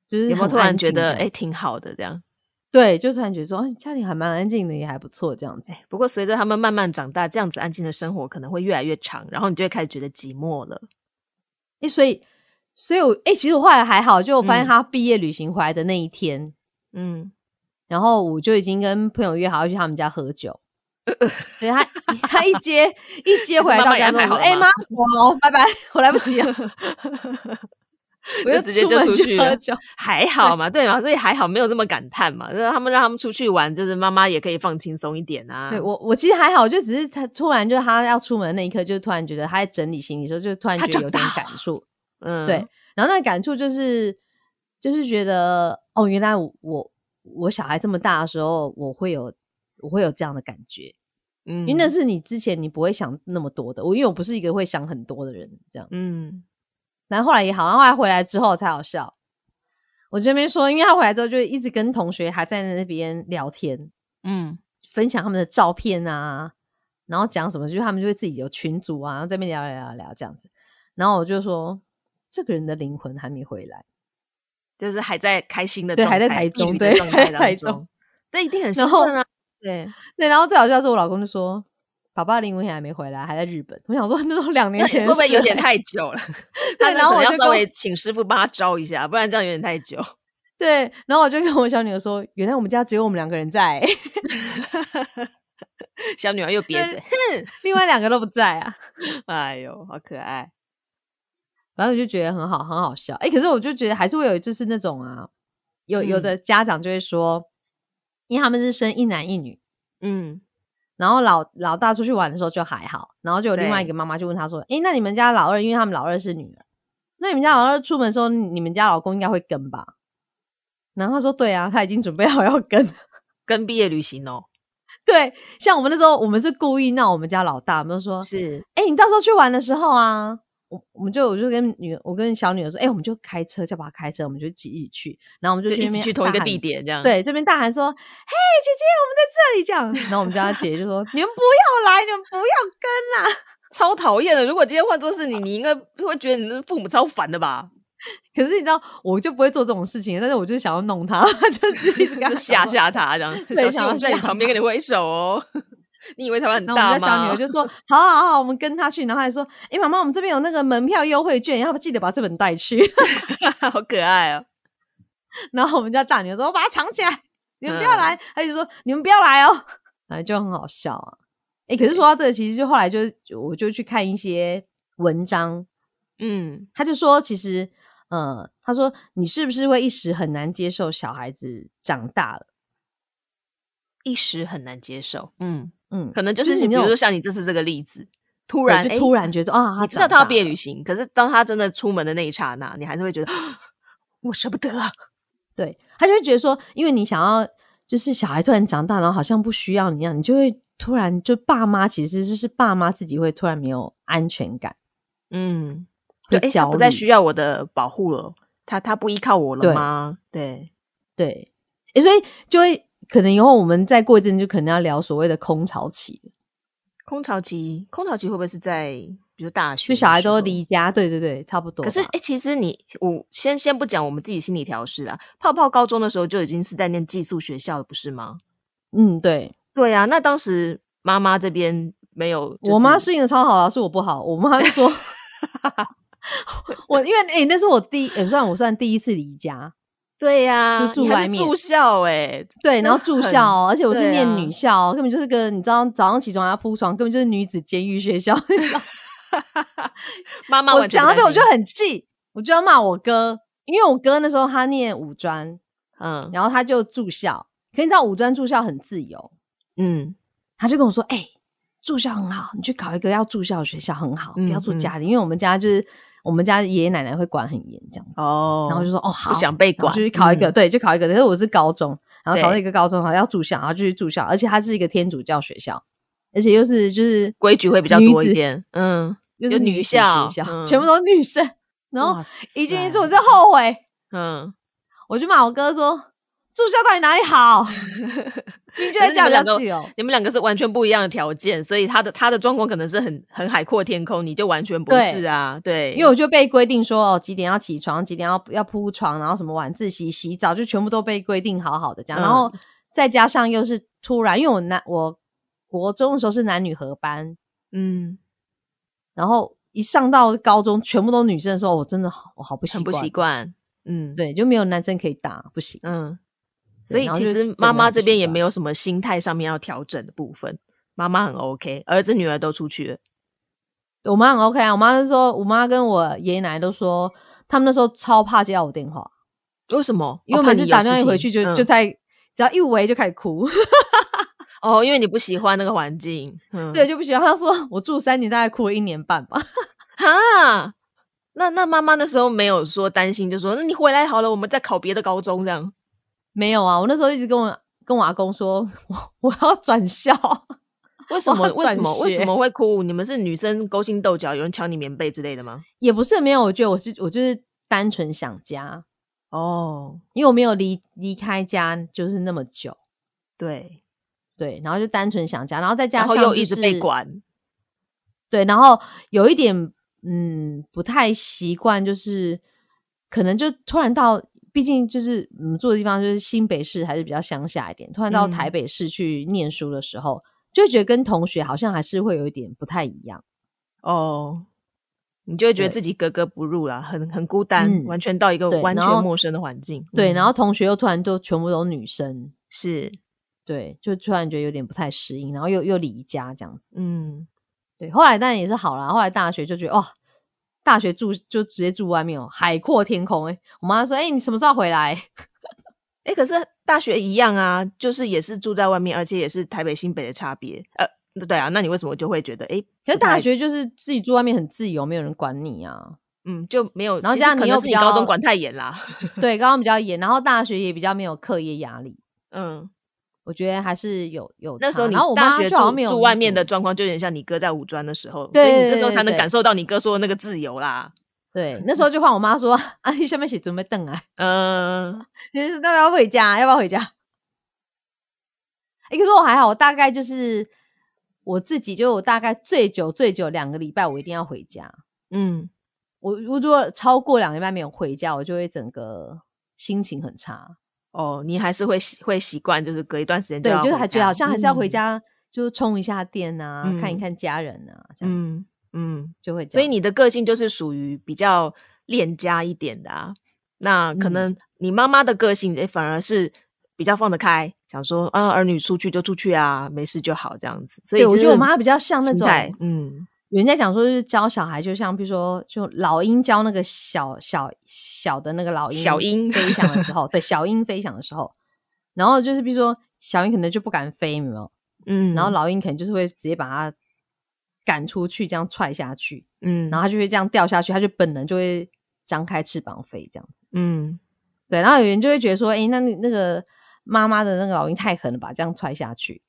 [SPEAKER 2] 就是
[SPEAKER 3] 有没有
[SPEAKER 2] 很
[SPEAKER 3] 突然
[SPEAKER 2] 安
[SPEAKER 3] 觉
[SPEAKER 2] 静这
[SPEAKER 3] 得
[SPEAKER 2] 样
[SPEAKER 3] 哎、挺好的这样？
[SPEAKER 2] 对，就突然觉得说，哎、家里还蛮安静的，也还不错这样子。
[SPEAKER 3] 不过随着他们慢慢长大，这样子安静的生活可能会越来越长，然后你就会开始觉得寂寞了。
[SPEAKER 2] 哎、所以，所以我哎、其实我后来还好，就我发现
[SPEAKER 3] 嗯
[SPEAKER 2] 他毕业旅行回来的那一天，
[SPEAKER 3] 嗯，
[SPEAKER 2] 然后我就已经跟朋友约好要去他们家喝
[SPEAKER 3] *laughs*
[SPEAKER 2] 酒，所以他他一接一接回来到家之后，我说：“哎、
[SPEAKER 3] 你是
[SPEAKER 2] 妈
[SPEAKER 3] 妈，”
[SPEAKER 2] 我喽，拜拜，我来不及了。我
[SPEAKER 3] 就直接就
[SPEAKER 2] 门
[SPEAKER 3] 出去
[SPEAKER 2] 喝
[SPEAKER 3] 了
[SPEAKER 2] 酒。
[SPEAKER 3] 还
[SPEAKER 2] *laughs*
[SPEAKER 3] 好嘛，对嘛，所以还好没有那么感叹嘛。让他们让他们出去玩，就是妈妈也可以放轻松一点啊。
[SPEAKER 2] 对我，我其实还好，就只是他突然就他要出门的那一刻，就突然觉得他在整理行李的时候，就突然
[SPEAKER 3] 他
[SPEAKER 2] 觉得
[SPEAKER 3] 长
[SPEAKER 2] 有点
[SPEAKER 3] 大
[SPEAKER 2] 感触。
[SPEAKER 3] 嗯，
[SPEAKER 2] 对，然后那个感触就是，就是觉得哦，原来我我我小孩这么大的时候，我会有我会有这样的感觉，
[SPEAKER 3] 嗯，
[SPEAKER 2] 因为那是你之前你不会想那么多的。我因为我不是一个会想很多的人，这样。
[SPEAKER 3] 嗯，
[SPEAKER 2] 然后后来也好，然后后来回来之后才好笑。我这边说，因为他回来之后就一直跟同学还在那边聊天，
[SPEAKER 3] 嗯
[SPEAKER 2] 分享他们的照片啊，然后讲什么，就是他们就会自己有群组啊，然后在那边聊聊聊聊这样子。然后我就说，这个人的灵魂还没回来。
[SPEAKER 3] 就是还在开心的
[SPEAKER 2] 对
[SPEAKER 3] 状态，
[SPEAKER 2] 还在台中
[SPEAKER 3] 抑郁的
[SPEAKER 2] 对
[SPEAKER 3] 状态
[SPEAKER 2] 还在台
[SPEAKER 3] 当中
[SPEAKER 2] 中，
[SPEAKER 3] 这一定很兴
[SPEAKER 2] 然后
[SPEAKER 3] 奋啊。对，
[SPEAKER 2] 对，然后最好笑的是我老公就说：“爸爸林文也还没回来，还在日本。我想说， *laughs* 那都两年前
[SPEAKER 3] 会
[SPEAKER 2] 的
[SPEAKER 3] 不会有
[SPEAKER 2] 事
[SPEAKER 3] 点
[SPEAKER 2] 欸
[SPEAKER 3] 太久了？
[SPEAKER 2] *laughs* 对
[SPEAKER 3] 他那
[SPEAKER 2] 然后
[SPEAKER 3] 可能
[SPEAKER 2] 我
[SPEAKER 3] 要
[SPEAKER 2] 就
[SPEAKER 3] 稍
[SPEAKER 2] 跟
[SPEAKER 3] 微请师傅帮他招一下，不然这样有点太久。
[SPEAKER 2] 对，然后我就跟我小女儿说，原来我们家只有我们两个人在、 *laughs* 欸，
[SPEAKER 3] 小女儿又憋着，
[SPEAKER 2] 另外两个都不在啊。
[SPEAKER 3] 哎呦，好可爱。
[SPEAKER 2] 反正我就觉得很好，很好笑。哎、可是我就觉得还是会有就是那种啊，有
[SPEAKER 3] 嗯
[SPEAKER 2] 有的家长就会说，因为他们是生一男一女，
[SPEAKER 3] 嗯，
[SPEAKER 2] 然后老老大出去玩的时候就还好，然后就有另外一
[SPEAKER 3] 对
[SPEAKER 2] 个妈妈就问他说：“诶，那你们家老二，因为他们老二是女儿，那你们家老二出门的时候，你们家老公应该会跟吧？”然后他说：“对啊，他已经准备好要跟。
[SPEAKER 3] 跟毕业旅行哦，”
[SPEAKER 2] 对，像我们那时候，我们是故意闹我们家老大，我们就说
[SPEAKER 3] 是：“
[SPEAKER 2] 诶，你到时候去玩的时候啊，我我们就我就跟女我跟小女儿说，诶，我们就开车，叫爸爸开车，我们就一起一起去，然后我们
[SPEAKER 3] 就
[SPEAKER 2] 去
[SPEAKER 3] 一
[SPEAKER 2] 那
[SPEAKER 3] 起
[SPEAKER 2] 边
[SPEAKER 3] 去同一
[SPEAKER 2] 大
[SPEAKER 3] 个
[SPEAKER 2] 喊
[SPEAKER 3] 地点这啊样。，
[SPEAKER 2] 对，这边大喊说：“嘿，姐姐，我们在这里！”这样，然后我们家姐姐就说：“你们不要来，你们不要跟啦、
[SPEAKER 3] 超讨厌的。如果今天换作是你，你应该会觉得你的父母超烦的吧？
[SPEAKER 2] *laughs* 可是你知道，我就不会做这种事情，但是我就想要弄他， *laughs* 就是一直跟
[SPEAKER 3] 就
[SPEAKER 2] 他讲
[SPEAKER 3] 吓
[SPEAKER 2] 话。
[SPEAKER 3] 吓他这样。
[SPEAKER 2] 对
[SPEAKER 3] 小心
[SPEAKER 2] 想
[SPEAKER 3] 我
[SPEAKER 2] 要
[SPEAKER 3] 们在你
[SPEAKER 2] 吓
[SPEAKER 3] 旁边跟你挥手哦。 *laughs* 你以为台湾很
[SPEAKER 2] 然后我
[SPEAKER 3] 大
[SPEAKER 2] 们家小
[SPEAKER 3] 吗？
[SPEAKER 2] 女儿就说：“好好好，我们跟他去。”然后还说：“哎、妈妈，我们这边有那个门票优惠券，要不记得把这本带去。 *laughs*
[SPEAKER 3] *laughs* 好可爱哦。”
[SPEAKER 2] 然后我们家大女儿说：“我把它藏起来，你们不要
[SPEAKER 3] 嗯
[SPEAKER 2] 来。她就说：“你们不要来哦。”反正就很好笑啊。哎、可是说到这个，其实就后来就就我就去看一些文章，
[SPEAKER 3] 嗯，
[SPEAKER 2] 他就说，其实，呃，他说你是不是会一时很难接受小孩子长大了？
[SPEAKER 3] 一时很难接受。嗯，
[SPEAKER 2] 嗯，
[SPEAKER 3] 可能就
[SPEAKER 2] 就是
[SPEAKER 3] 是
[SPEAKER 2] 你
[SPEAKER 3] 你比
[SPEAKER 2] 那
[SPEAKER 3] 如
[SPEAKER 2] 种
[SPEAKER 3] 说像你这次这个例子，突
[SPEAKER 2] 突
[SPEAKER 3] 然
[SPEAKER 2] 就突然觉得
[SPEAKER 3] 得，
[SPEAKER 2] 啊，
[SPEAKER 3] 你知道他要毕业旅
[SPEAKER 2] 行，
[SPEAKER 3] 行，可是当他真的出门的那一刹那，你还是会觉得 *gasps* 我舍不得啊。
[SPEAKER 2] 对，他就会觉得说，因为你想要就是小孩突然长大，然后好像不需要你一样，你就会突然就爸妈其实就是爸妈自己会突然没有安全感，
[SPEAKER 3] 嗯，
[SPEAKER 2] 会
[SPEAKER 3] 对，诶他
[SPEAKER 2] 焦
[SPEAKER 3] 不再
[SPEAKER 2] 虑，
[SPEAKER 3] 需要我的保护了，他他不依靠我
[SPEAKER 2] 对
[SPEAKER 3] 了吗？对，
[SPEAKER 2] 对，诶所以就会可能以后我们再过一阵就可能要聊所谓的空巢期，
[SPEAKER 3] 空巢期，空巢期会不会是在比如大学
[SPEAKER 2] 就
[SPEAKER 3] 的
[SPEAKER 2] 小孩都
[SPEAKER 3] 时候
[SPEAKER 2] 离家，对对对，差不多吧。
[SPEAKER 3] 嗯可是，哎、其实你我先先不讲我们自己心理调试啦。泡泡高中的时候就已经是在念寄宿学校了，不是吗？
[SPEAKER 2] 嗯，对，
[SPEAKER 3] 对啊，那当时妈妈这边没有、
[SPEAKER 2] 我妈适应的超好啊，是我不好。我妈就
[SPEAKER 3] *laughs*
[SPEAKER 2] 说，我因为哎、那是我第一，也、算我算第一次离家，
[SPEAKER 3] 对呀、
[SPEAKER 2] 就住
[SPEAKER 3] 你还是
[SPEAKER 2] 外面
[SPEAKER 3] 住校哎、
[SPEAKER 2] 对，然
[SPEAKER 3] 那
[SPEAKER 2] 后住
[SPEAKER 3] 很
[SPEAKER 2] 校哦、而且我是
[SPEAKER 3] 对
[SPEAKER 2] 念
[SPEAKER 3] 啊
[SPEAKER 2] 女校哦、根本就是个你知道早上起床还要铺床，根本就是女子监狱学
[SPEAKER 3] *laughs*
[SPEAKER 2] 校。你知道
[SPEAKER 3] 妈妈
[SPEAKER 2] 我
[SPEAKER 3] 完全
[SPEAKER 2] 讲
[SPEAKER 3] 不
[SPEAKER 2] 到这我
[SPEAKER 3] 担
[SPEAKER 2] 就
[SPEAKER 3] 心
[SPEAKER 2] 很气，我就要骂我哥，因为我哥那时候他念五专，
[SPEAKER 3] 嗯
[SPEAKER 2] 然后他就住校，可你知道五专住校很自由，
[SPEAKER 3] 嗯
[SPEAKER 2] 他就跟我说，哎、住校很好，你去考一个要住校的学校很好，不要住
[SPEAKER 3] 嗯嗯
[SPEAKER 2] 家里，因为我们家就是我们家爷爷奶奶会管很严这样子。
[SPEAKER 3] 哦，
[SPEAKER 2] 然后就说哦好，
[SPEAKER 3] 不想被
[SPEAKER 2] 然后
[SPEAKER 3] 管，
[SPEAKER 2] 就去考一个，
[SPEAKER 3] 嗯
[SPEAKER 2] 对，就考一个。可是我是高中，然后考
[SPEAKER 3] 对
[SPEAKER 2] 了一个高中，好像要住校，然后就去住校，而且它是一个天主教学校，而且又是就是
[SPEAKER 3] 规矩会比较
[SPEAKER 2] 女
[SPEAKER 3] 多一
[SPEAKER 2] 子，
[SPEAKER 3] 点。嗯，
[SPEAKER 2] 又
[SPEAKER 3] 有
[SPEAKER 2] 是
[SPEAKER 3] 女
[SPEAKER 2] 子学
[SPEAKER 3] 校
[SPEAKER 2] 校，
[SPEAKER 3] 嗯
[SPEAKER 2] 全部都是女生。然后
[SPEAKER 3] 哇
[SPEAKER 2] 一进去
[SPEAKER 3] 塞
[SPEAKER 2] 住，我就后悔，
[SPEAKER 3] 嗯，
[SPEAKER 2] 我就骂我哥说住校到底哪里
[SPEAKER 3] *laughs*
[SPEAKER 2] 好？明就
[SPEAKER 3] 可
[SPEAKER 2] 在
[SPEAKER 3] 是你
[SPEAKER 2] 家比较
[SPEAKER 3] 们两个
[SPEAKER 2] 自由。
[SPEAKER 3] 你们两个是完全不一样的条件，所以他的他的状况可能是很很海阔天空，你就完全不
[SPEAKER 2] 对
[SPEAKER 3] 是啊，对，
[SPEAKER 2] 因为我就被规定说哦几点要起床，几点要要铺床，然后什么晚自习、洗澡，就全部都被规定好好的这样。然
[SPEAKER 3] 嗯
[SPEAKER 2] 后再加上又是突然，因为我男我国中的时候是男女合班，
[SPEAKER 3] 嗯，
[SPEAKER 2] 然后一上到高中全部都女生的时候，我真的好我好不习
[SPEAKER 3] 很不
[SPEAKER 2] 惯，
[SPEAKER 3] 习惯，嗯，
[SPEAKER 2] 对，就没有男生可以打，不行。
[SPEAKER 3] 嗯，
[SPEAKER 2] 对
[SPEAKER 3] 所以
[SPEAKER 2] 然后
[SPEAKER 3] 其
[SPEAKER 2] 就
[SPEAKER 3] 实
[SPEAKER 2] 整
[SPEAKER 3] 妈
[SPEAKER 2] 个
[SPEAKER 3] 妈
[SPEAKER 2] 很不
[SPEAKER 3] 这边
[SPEAKER 2] 习
[SPEAKER 3] 也
[SPEAKER 2] 惯
[SPEAKER 3] 没有什么心态上面要调整的部分，妈妈很 OK，儿子女儿都出去了，
[SPEAKER 2] 我妈很 OK 啊，我妈就说，我妈跟我爷爷奶奶都说，他们那时候超怕接到我电话，
[SPEAKER 3] 为什么？
[SPEAKER 2] 因为我
[SPEAKER 3] 哦怕
[SPEAKER 2] 每次
[SPEAKER 3] 你有
[SPEAKER 2] 打
[SPEAKER 3] 事
[SPEAKER 2] 电话一回
[SPEAKER 3] 情
[SPEAKER 2] 去就、
[SPEAKER 3] 嗯
[SPEAKER 2] 就在只要一围就开始哭。
[SPEAKER 3] 哦，因为你不喜欢那个环境，
[SPEAKER 2] *laughs*
[SPEAKER 3] 嗯，
[SPEAKER 2] 对，，就不喜欢。他说我住三年，大概哭了一年半吧。
[SPEAKER 3] 哈。那那妈妈那时候没有说担心，就说那你回来好了，我们再考别的高中这样。
[SPEAKER 2] 没有啊，我那时候一直跟我跟我阿公说，我我要 *laughs* 转校。
[SPEAKER 3] 为
[SPEAKER 2] *laughs*
[SPEAKER 3] 什么
[SPEAKER 2] 要
[SPEAKER 3] 为什
[SPEAKER 2] 转
[SPEAKER 3] 么为什
[SPEAKER 2] 学
[SPEAKER 3] 么会哭？你们是女生勾心斗角，有人抢你棉被之类的吗？
[SPEAKER 2] 也不是没有，我觉得我是我就是单纯想家，
[SPEAKER 3] 哦，
[SPEAKER 2] 因为我没有离离开家就是那么久，
[SPEAKER 3] 对，
[SPEAKER 2] 对，然后就单纯想家，然后再加
[SPEAKER 3] 然后
[SPEAKER 2] 上、
[SPEAKER 3] 又一直被，管，
[SPEAKER 2] 对，然后有一点嗯不太习惯，就是可能就突然到。毕竟就是嗯住的地方就是新北市还是比较乡下一点，突然到
[SPEAKER 3] 嗯
[SPEAKER 2] 台北市去念书的时候，就觉得跟同学好像还是会有一点不太一样。
[SPEAKER 3] 哦，你就会觉得自己格格不入啦，很很孤单，
[SPEAKER 2] 嗯
[SPEAKER 3] 完全到一个
[SPEAKER 2] 对
[SPEAKER 3] 完全
[SPEAKER 2] 然后
[SPEAKER 3] 陌生的环境。
[SPEAKER 2] 对，
[SPEAKER 3] 嗯
[SPEAKER 2] 然后同学又突然就全部都女生，
[SPEAKER 3] 是，
[SPEAKER 2] 对，就突然觉得有点不太适应，然后又又离家这样子。
[SPEAKER 3] 嗯，
[SPEAKER 2] 对，后来当然也是好啦，后来大学就觉得哦，大学住就直接住外面哦，海阔天空哎、我妈说哎、你什么时候回来？ *laughs*
[SPEAKER 3] 哎、可是大学一样啊，就是也是住在外面，而且也是台北新北的差别。呃，对啊，那你为什么就会觉得哎、诶
[SPEAKER 2] 可是
[SPEAKER 3] 不太
[SPEAKER 2] 大学就是自己住外面很自由，没有人管你啊。
[SPEAKER 3] 嗯就没有？
[SPEAKER 2] 然后
[SPEAKER 3] 其
[SPEAKER 2] 加
[SPEAKER 3] 实
[SPEAKER 2] 上
[SPEAKER 3] 可
[SPEAKER 2] 你
[SPEAKER 3] 能
[SPEAKER 2] 又
[SPEAKER 3] 是
[SPEAKER 2] 比
[SPEAKER 3] 你高中
[SPEAKER 2] 较
[SPEAKER 3] 管太严啦。 *laughs*
[SPEAKER 2] 对，高中比较严，然后大学也比较没有课业压力。
[SPEAKER 3] 嗯，我
[SPEAKER 2] 我觉得还是有有
[SPEAKER 3] 那时候
[SPEAKER 2] 差
[SPEAKER 3] 你
[SPEAKER 2] 然后我
[SPEAKER 3] 大
[SPEAKER 2] 妈
[SPEAKER 3] 学
[SPEAKER 2] 就好像
[SPEAKER 3] 住
[SPEAKER 2] 没有
[SPEAKER 3] 住
[SPEAKER 2] 那
[SPEAKER 3] 外面的
[SPEAKER 2] 种
[SPEAKER 3] 状况，就有点像你哥在五专的时候，
[SPEAKER 2] 对
[SPEAKER 3] 所以你这
[SPEAKER 2] 对
[SPEAKER 3] 时候
[SPEAKER 2] 对
[SPEAKER 3] 才能
[SPEAKER 2] 对
[SPEAKER 3] 感受到你哥说的那个自由啦。
[SPEAKER 2] 对，那时候就换我妈说：“啊，你下面写准备等啊，
[SPEAKER 3] 嗯、
[SPEAKER 2] 你要不要回家？要不要回家？” *laughs* 哎、可是我还好，我大概就是我自己，就我大概最久最久两个礼拜，我一定要回家。
[SPEAKER 3] 嗯，
[SPEAKER 2] 我我如果超过两个礼拜没有回家，我就会整个心情很差。
[SPEAKER 3] 哦，你还是会习会习惯，就是隔一段时间
[SPEAKER 2] 对
[SPEAKER 3] 要，
[SPEAKER 2] 就
[SPEAKER 3] 回
[SPEAKER 2] 是还觉得好
[SPEAKER 3] 家
[SPEAKER 2] 像还是要回
[SPEAKER 3] 嗯
[SPEAKER 2] 家，就冲一下电啊，看
[SPEAKER 3] 嗯
[SPEAKER 2] 一看家人啊，这样、
[SPEAKER 3] 嗯嗯，
[SPEAKER 2] 就会这
[SPEAKER 3] 所以
[SPEAKER 2] 样
[SPEAKER 3] 你的个性就是属于比较恋家一点的啊。那可
[SPEAKER 2] 嗯
[SPEAKER 3] 能你妈妈的个性，诶反而是比较放得开，想说啊，儿女出去就出去啊，没事就好这样子。所以
[SPEAKER 2] 对我觉
[SPEAKER 3] 就
[SPEAKER 2] 得我
[SPEAKER 3] 是
[SPEAKER 2] 妈比较像那
[SPEAKER 3] 心
[SPEAKER 2] 种
[SPEAKER 3] 态，嗯
[SPEAKER 2] 有人在讲说，就是教小孩，就像比如说，就老鹰教那个小小小的那个老鹰，
[SPEAKER 3] 小鹰
[SPEAKER 2] 飞翔的时候，对，小鹰飞翔的时候，然后就是比如说小鹰可能就不敢飞，有没有？
[SPEAKER 3] 嗯，
[SPEAKER 2] 然后老鹰可能就是会直接把它赶出去，这样踹下去，
[SPEAKER 3] 嗯，
[SPEAKER 2] 然后它就会这样掉下去，它就本能就会张开翅膀飞这样子。
[SPEAKER 3] 嗯
[SPEAKER 2] 对，然后有人就会觉得说，诶，那你那个妈妈的那个老鹰太狠了吧，这样踹下去。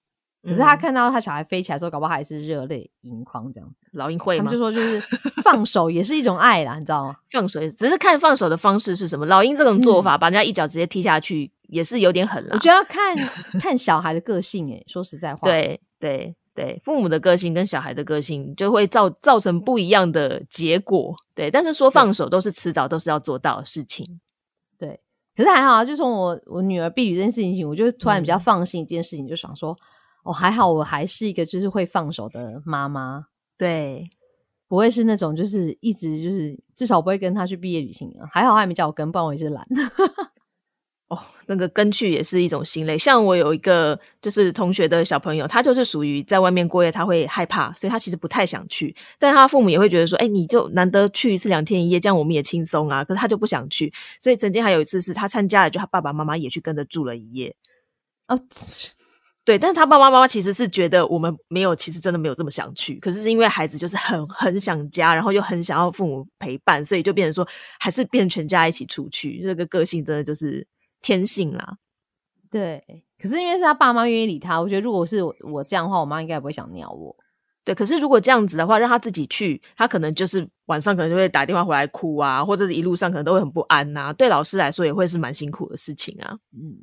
[SPEAKER 2] 可是他
[SPEAKER 3] 嗯
[SPEAKER 2] 看到他小孩飞起来的时候，搞不好还是热泪盈眶这样子。
[SPEAKER 3] 老鹰会
[SPEAKER 2] 他
[SPEAKER 3] 吗
[SPEAKER 2] 们就？说就是放手也是一种爱啦，你知道吗？
[SPEAKER 3] 放手只是看放手的方式是什么。老鹰这种做法，把人家一脚直接踢下去，也是有点狠
[SPEAKER 2] 嗯
[SPEAKER 3] 啦。
[SPEAKER 2] 我觉得要看看小孩的个性诶、说实在话，，
[SPEAKER 3] 对对对，父母的个性跟小孩的个性就会造造成不一样的结果。对，但是说放手都是迟早都是要做到的事情。
[SPEAKER 2] 可是还好啊，就从我我女儿避雨这件事情起，我就突然比较
[SPEAKER 3] 嗯
[SPEAKER 2] 放心一件事情，就想说，哦，还好我还是一个就是会放手的妈妈，
[SPEAKER 3] 对，
[SPEAKER 2] 不会是那种就是一直就是至少不会跟她去毕业旅行啊。还好她还没叫我跟，不然我也是懒。 *laughs*
[SPEAKER 3] 哦，那个跟去也是一种心累。像我有一个就是同学的小朋友，他就是属于在外面过夜，他会害怕，所以他其实不太想去。但他父母也会觉得说，哎、你就难得去一次两天一夜，这样我们也轻松啊。可是他就不想去，所以曾经还有一次是他参加了，就他爸爸妈妈也去跟着住了一夜。
[SPEAKER 2] 哦，
[SPEAKER 3] 对，但是他爸爸妈妈其实是觉得我们没有，其实真的没有这么想去，可是是因为孩子就是很很想家，然后又很想要父母陪伴，所以就变成说还是变成全家一起出去，这个个性真的就是天性啦。
[SPEAKER 2] 对。可是因为是他爸妈愿意理他，我觉得如果是我我这样的话，我妈应该也不会想鸟我。
[SPEAKER 3] 对，可是如果这样子的话，让他自己去，他可能就是晚上可能就会打电话回来哭啊，或者是一路上可能都会很不安呐、对老师来说也会是蛮辛苦的事情啊。
[SPEAKER 2] 嗯，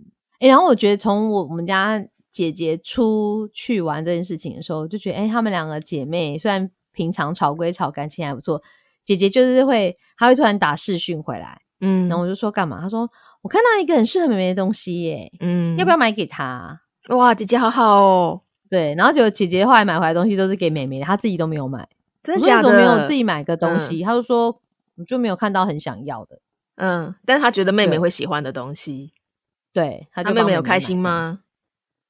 [SPEAKER 2] 哎、然后我觉得从我我们家姐姐出去玩这件事情的时候，就觉得哎、诶她们两个姐妹虽然平常吵归吵，感情还不错，姐姐就是会，她会突然打视讯回来，
[SPEAKER 3] 嗯
[SPEAKER 2] 然后我就说干嘛？她说我看到一个很适合妹妹的东西耶，
[SPEAKER 3] 嗯
[SPEAKER 2] 要不要买给她？
[SPEAKER 3] 要？哇，姐姐好好哦，
[SPEAKER 2] 对，然后结果姐姐后来买回来的东西都是给妹妹的，她自己都没有买。
[SPEAKER 3] 真
[SPEAKER 2] 我
[SPEAKER 3] 的
[SPEAKER 2] 说
[SPEAKER 3] 假
[SPEAKER 2] 你
[SPEAKER 3] 的？
[SPEAKER 2] 怎么没有自己买个东西？她就说我就没有看到很想要的。
[SPEAKER 3] 嗯，但是他觉得妹妹
[SPEAKER 2] 对
[SPEAKER 3] 会喜欢的东西，
[SPEAKER 2] 对，她就
[SPEAKER 3] 他啊妹
[SPEAKER 2] 帮
[SPEAKER 3] 妹有
[SPEAKER 2] 买
[SPEAKER 3] 开心
[SPEAKER 2] 这样？
[SPEAKER 3] 吗？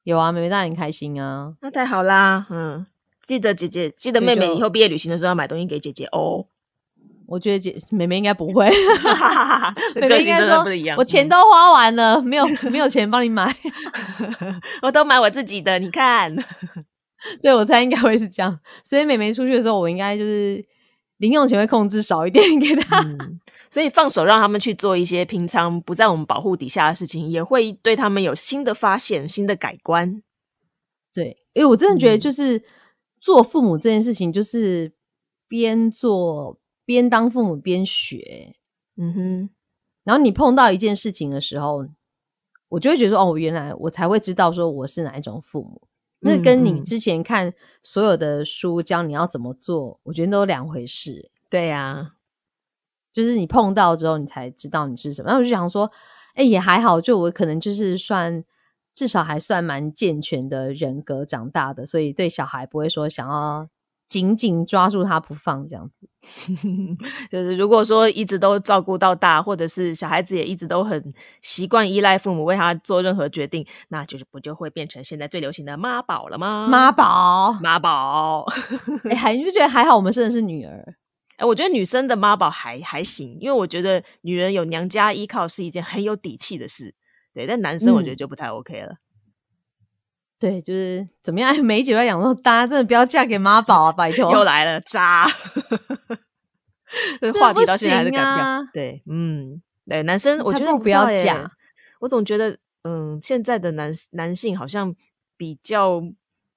[SPEAKER 2] 有啊，妹妹当然很开心啊。
[SPEAKER 3] 那太好啦，嗯，记得姐姐，记得
[SPEAKER 2] 所以
[SPEAKER 3] 妹妹
[SPEAKER 2] 就
[SPEAKER 3] 以后毕业旅行的时候要买东西给姐姐哦。
[SPEAKER 2] 我觉得姐妹妹应该不会，
[SPEAKER 3] 哈哈哈哈
[SPEAKER 2] *laughs* 妹
[SPEAKER 3] 个
[SPEAKER 2] 妹应
[SPEAKER 3] 性
[SPEAKER 2] 该
[SPEAKER 3] 真的
[SPEAKER 2] 说
[SPEAKER 3] 不一样，
[SPEAKER 2] 我钱都花完了，没有没有钱帮你买， *laughs*
[SPEAKER 3] 嗯我都买我自己的，你看，
[SPEAKER 2] 对我猜应该会是这样。所以妹妹出去的时候，我应该就是零用钱会控制少一点给她。
[SPEAKER 3] 嗯， *laughs* 所以放手让他们去做一些平常不在我们保护底下的事情，也会对他们有新的发现、新的改观。
[SPEAKER 2] 对，因为我真的觉得
[SPEAKER 3] 嗯
[SPEAKER 2] 就是做父母这件事情，就是边做边当父母边学。
[SPEAKER 3] 嗯哼，
[SPEAKER 2] 然后你碰到一件事情的时候，我就会觉得说，哦，原来我才会知道说我是哪一种父母。那
[SPEAKER 3] 嗯
[SPEAKER 2] 跟你
[SPEAKER 3] 嗯
[SPEAKER 2] 之前看所有的书教你要怎么做，我觉得都两回事、
[SPEAKER 3] 对啊呀、
[SPEAKER 2] 就是你碰到之后，你才知道你是什么。然后我就想说，哎、也还好，就我可能就是算至少还算蛮健全的人格长大的，所以对小孩不会说想要紧紧抓住他不放这样子。
[SPEAKER 3] *laughs* 就是如果说一直都照顾到大，或者是小孩子也一直都很习惯依赖父母为他做任何决定，那就是不就会变成现在最流行的妈宝了吗？
[SPEAKER 2] 妈 *laughs* 宝，
[SPEAKER 3] 妈宝， *laughs*
[SPEAKER 2] 哎、还你不觉得还好？我们生的是女儿，
[SPEAKER 3] 哎，我觉得女生的妈宝还还行，因为我觉得女人有娘家依靠是一件很有底气的事。对，但男生我觉得
[SPEAKER 2] 嗯
[SPEAKER 3] 就不太 OK 了。
[SPEAKER 2] 对，就是怎么样？ *laughs* 梅姐都在讲说，大家真的不要嫁给妈宝啊，拜托。
[SPEAKER 3] *laughs* 又来了，
[SPEAKER 2] *laughs*
[SPEAKER 3] 渣。这
[SPEAKER 2] 这
[SPEAKER 3] 话
[SPEAKER 2] 不
[SPEAKER 3] 题到现在还是
[SPEAKER 2] 行
[SPEAKER 3] 改不
[SPEAKER 2] 啊
[SPEAKER 3] 掉。对，嗯，对，男生我
[SPEAKER 2] 还
[SPEAKER 3] 觉
[SPEAKER 2] 不
[SPEAKER 3] 得
[SPEAKER 2] 如不要
[SPEAKER 3] 知道耶
[SPEAKER 2] 嫁。
[SPEAKER 3] 我总觉得，嗯，现在的男男性好像比较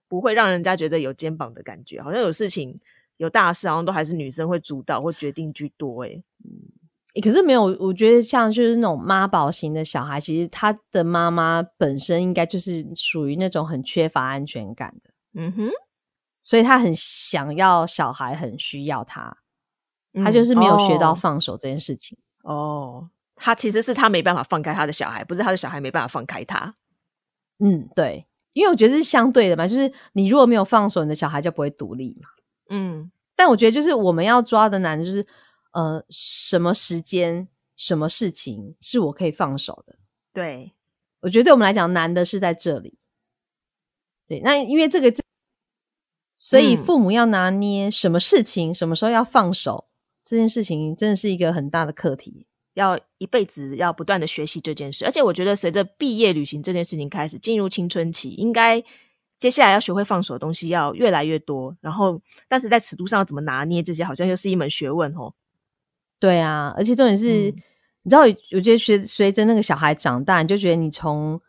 [SPEAKER 3] 不会让人家觉得有肩膀的感觉，好像有事情有大事，好像都还是女生会主导或决定居多。哎，
[SPEAKER 2] 欸可是没有，我觉得像就是那种妈宝型的小孩，其实他的妈妈本身应该就是属于那种很缺乏安全感的，
[SPEAKER 3] 嗯哼，
[SPEAKER 2] 所以他很想要小孩，很需要他，他就是没有学到放手这件事情。
[SPEAKER 3] 哦嗯哦。他其实是他没办法放开他的小孩，不是他的小孩没办法放开他。
[SPEAKER 2] 嗯，对，因为我觉得是相对的嘛，就是你如果没有放手，你的小孩就不会独立嘛。
[SPEAKER 3] 嗯，
[SPEAKER 2] 但我觉得就是我们要抓的难，就是呃，什么时间、什么事情是我可以放手的。
[SPEAKER 3] 对，
[SPEAKER 2] 我觉得对我们来讲难的是在这里。对，那因为这个，所以
[SPEAKER 3] 嗯
[SPEAKER 2] 父母要拿捏什么事情、什么时候要放手，这件事情真的是一个很大的课题。
[SPEAKER 3] 要一辈子要不断的学习这件事，而且我觉得随着毕业旅行这件事情开始进入青春期，应该接下来要学会放手的东西要越来越多，然后但是在尺度上要怎么拿捏这些，好像又是一门学问哦。
[SPEAKER 2] 对啊，而且重点是，
[SPEAKER 3] 嗯
[SPEAKER 2] 你知道，我觉得随随着那个小孩长大，你就觉得你从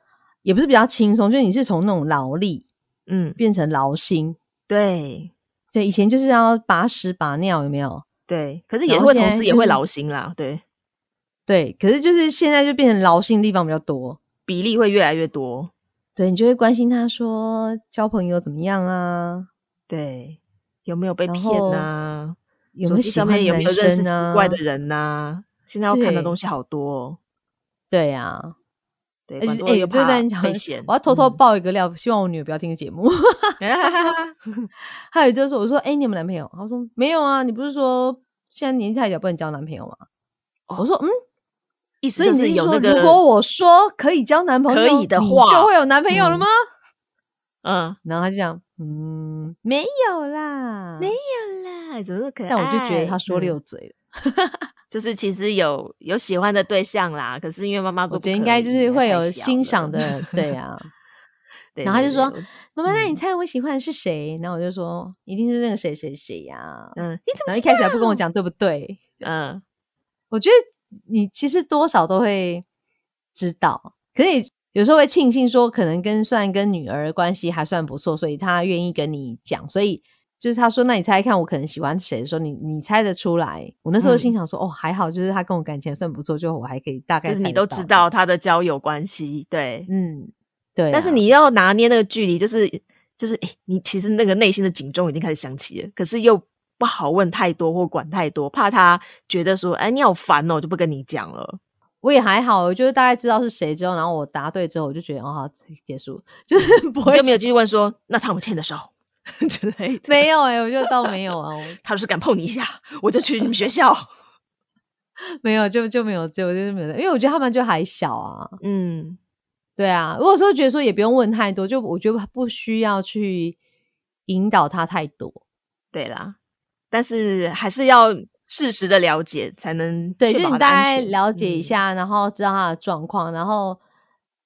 [SPEAKER 2] 也不是比较轻松，就是你是从那种劳力
[SPEAKER 3] 嗯，
[SPEAKER 2] 变成劳心。
[SPEAKER 3] 对
[SPEAKER 2] 对，以前就是要拔屎拔尿，有没有？
[SPEAKER 3] 对，可是
[SPEAKER 2] 然
[SPEAKER 3] 也
[SPEAKER 2] 后
[SPEAKER 3] 会
[SPEAKER 2] 现
[SPEAKER 3] 同
[SPEAKER 2] 在
[SPEAKER 3] 时也
[SPEAKER 2] 就
[SPEAKER 3] 会
[SPEAKER 2] 是
[SPEAKER 3] 劳心啦，对，
[SPEAKER 2] 对，可是就是现在就变成劳心的地方比较多。
[SPEAKER 3] 比例会越来越多，
[SPEAKER 2] 对你就会关心他说交朋友怎么样啊，
[SPEAKER 3] 对，有没有被
[SPEAKER 2] 然
[SPEAKER 3] 骗
[SPEAKER 2] 后
[SPEAKER 3] 呐、
[SPEAKER 2] 有
[SPEAKER 3] 手
[SPEAKER 2] 没有喜
[SPEAKER 3] 机上
[SPEAKER 2] 欢的
[SPEAKER 3] 面有没有
[SPEAKER 2] 男
[SPEAKER 3] 认识
[SPEAKER 2] 生
[SPEAKER 3] 奇
[SPEAKER 2] 啊？
[SPEAKER 3] 怪的人呐、现在要看的
[SPEAKER 2] 对
[SPEAKER 3] 东西好多、哦，
[SPEAKER 2] 对啊，
[SPEAKER 3] 对，
[SPEAKER 2] 而
[SPEAKER 3] 蛮
[SPEAKER 2] 且
[SPEAKER 3] 多人
[SPEAKER 2] 哎，
[SPEAKER 3] 又
[SPEAKER 2] 这
[SPEAKER 3] 怕
[SPEAKER 2] 段讲
[SPEAKER 3] 被嫌，
[SPEAKER 2] 我要偷偷
[SPEAKER 3] 嗯。
[SPEAKER 2] 爆一个料，希望我女儿不要听节目。 *laughs*
[SPEAKER 3] *laughs*
[SPEAKER 2] 还有就是我说，哎、你有没有男朋友？她说没有啊，你不是说现在年纪太小不能交男朋友吗？
[SPEAKER 3] 哦
[SPEAKER 2] 我说嗯，
[SPEAKER 3] 意思
[SPEAKER 2] 所以
[SPEAKER 3] 就
[SPEAKER 2] 你的
[SPEAKER 3] 是
[SPEAKER 2] 意思
[SPEAKER 3] 有
[SPEAKER 2] 说，
[SPEAKER 3] 那个，
[SPEAKER 2] 如果我说可以交男朋友，
[SPEAKER 3] 可以的
[SPEAKER 2] 你
[SPEAKER 3] 话
[SPEAKER 2] 就会有男朋友了吗？
[SPEAKER 3] 嗯，
[SPEAKER 2] 然后她就讲，嗯，没有啦，
[SPEAKER 3] 没有啦，怎么那么可爱？
[SPEAKER 2] 但我就觉得她说
[SPEAKER 3] 嗯
[SPEAKER 2] 溜嘴了。
[SPEAKER 3] 就是其实有有喜欢的对象啦，可是因为妈妈说
[SPEAKER 2] 我
[SPEAKER 3] 不
[SPEAKER 2] 觉得
[SPEAKER 3] 可
[SPEAKER 2] 应该
[SPEAKER 3] 以
[SPEAKER 2] 就是
[SPEAKER 3] 还
[SPEAKER 2] 会
[SPEAKER 3] 太
[SPEAKER 2] 有
[SPEAKER 3] 小
[SPEAKER 2] 欣
[SPEAKER 3] 了嗯
[SPEAKER 2] 赏
[SPEAKER 3] *laughs*
[SPEAKER 2] 的，对啊。
[SPEAKER 3] 对
[SPEAKER 2] 然后他
[SPEAKER 3] 对
[SPEAKER 2] 就说
[SPEAKER 3] 对我
[SPEAKER 2] 妈妈，那你
[SPEAKER 3] 嗯
[SPEAKER 2] 猜我喜欢的是谁？然后我就说，一定是那个谁谁谁呀、
[SPEAKER 3] 嗯，你怎
[SPEAKER 2] 然
[SPEAKER 3] 么
[SPEAKER 2] 后一
[SPEAKER 3] 知
[SPEAKER 2] 开始还不跟我
[SPEAKER 3] 道，
[SPEAKER 2] 讲对不对？
[SPEAKER 3] 嗯，
[SPEAKER 2] 我觉得你其实多少都会知道，可是你有时候会庆幸说，可能跟算跟女儿关系还算不错，所以她愿意跟你讲，所以。就是他说，那你猜猜看，我可能喜欢谁的时候，你你猜得出来。我那时候
[SPEAKER 3] 嗯
[SPEAKER 2] 心想说，哦，还好，就是他跟我感情还算不错，就我还可以大概
[SPEAKER 3] 就是你
[SPEAKER 2] 猜得
[SPEAKER 3] 都
[SPEAKER 2] 到
[SPEAKER 3] 知道，他的交友关系，对，
[SPEAKER 2] 嗯，对啊、
[SPEAKER 3] 但是你要拿捏那个距离，就是就是，诶你其实那个内心的警钟已经开始响起了，可是又不好问太多或管太多，怕他觉得说，哎，你好烦哦，就不跟你讲了。
[SPEAKER 2] 我也还好，我就是大概知道是谁之后，然后我答对之后，我就觉得哦，好，结束， *laughs* 就是不
[SPEAKER 3] 嗯你
[SPEAKER 2] 会
[SPEAKER 3] 就没有继续问说，那他有没有牵你
[SPEAKER 2] *laughs*
[SPEAKER 3] 的手之类的？
[SPEAKER 2] 没有哎、我就倒没有啊，我
[SPEAKER 3] 他就是敢碰你一下，我就去你们学校。
[SPEAKER 2] 没有就就没有，就就是没有，因为我觉得他们就还小啊，
[SPEAKER 3] *laughs* 嗯，
[SPEAKER 2] 对啊，如果说觉得说也不用问太多，就我觉得不需要去引导他太多，
[SPEAKER 3] 对啦，但是还是要适时的了解，才能
[SPEAKER 2] 对，
[SPEAKER 3] 确
[SPEAKER 2] 就
[SPEAKER 3] 保
[SPEAKER 2] 你
[SPEAKER 3] 他
[SPEAKER 2] 大
[SPEAKER 3] 的安
[SPEAKER 2] 概
[SPEAKER 3] 全嗯
[SPEAKER 2] 了解一、下，然后知道他的状况，然后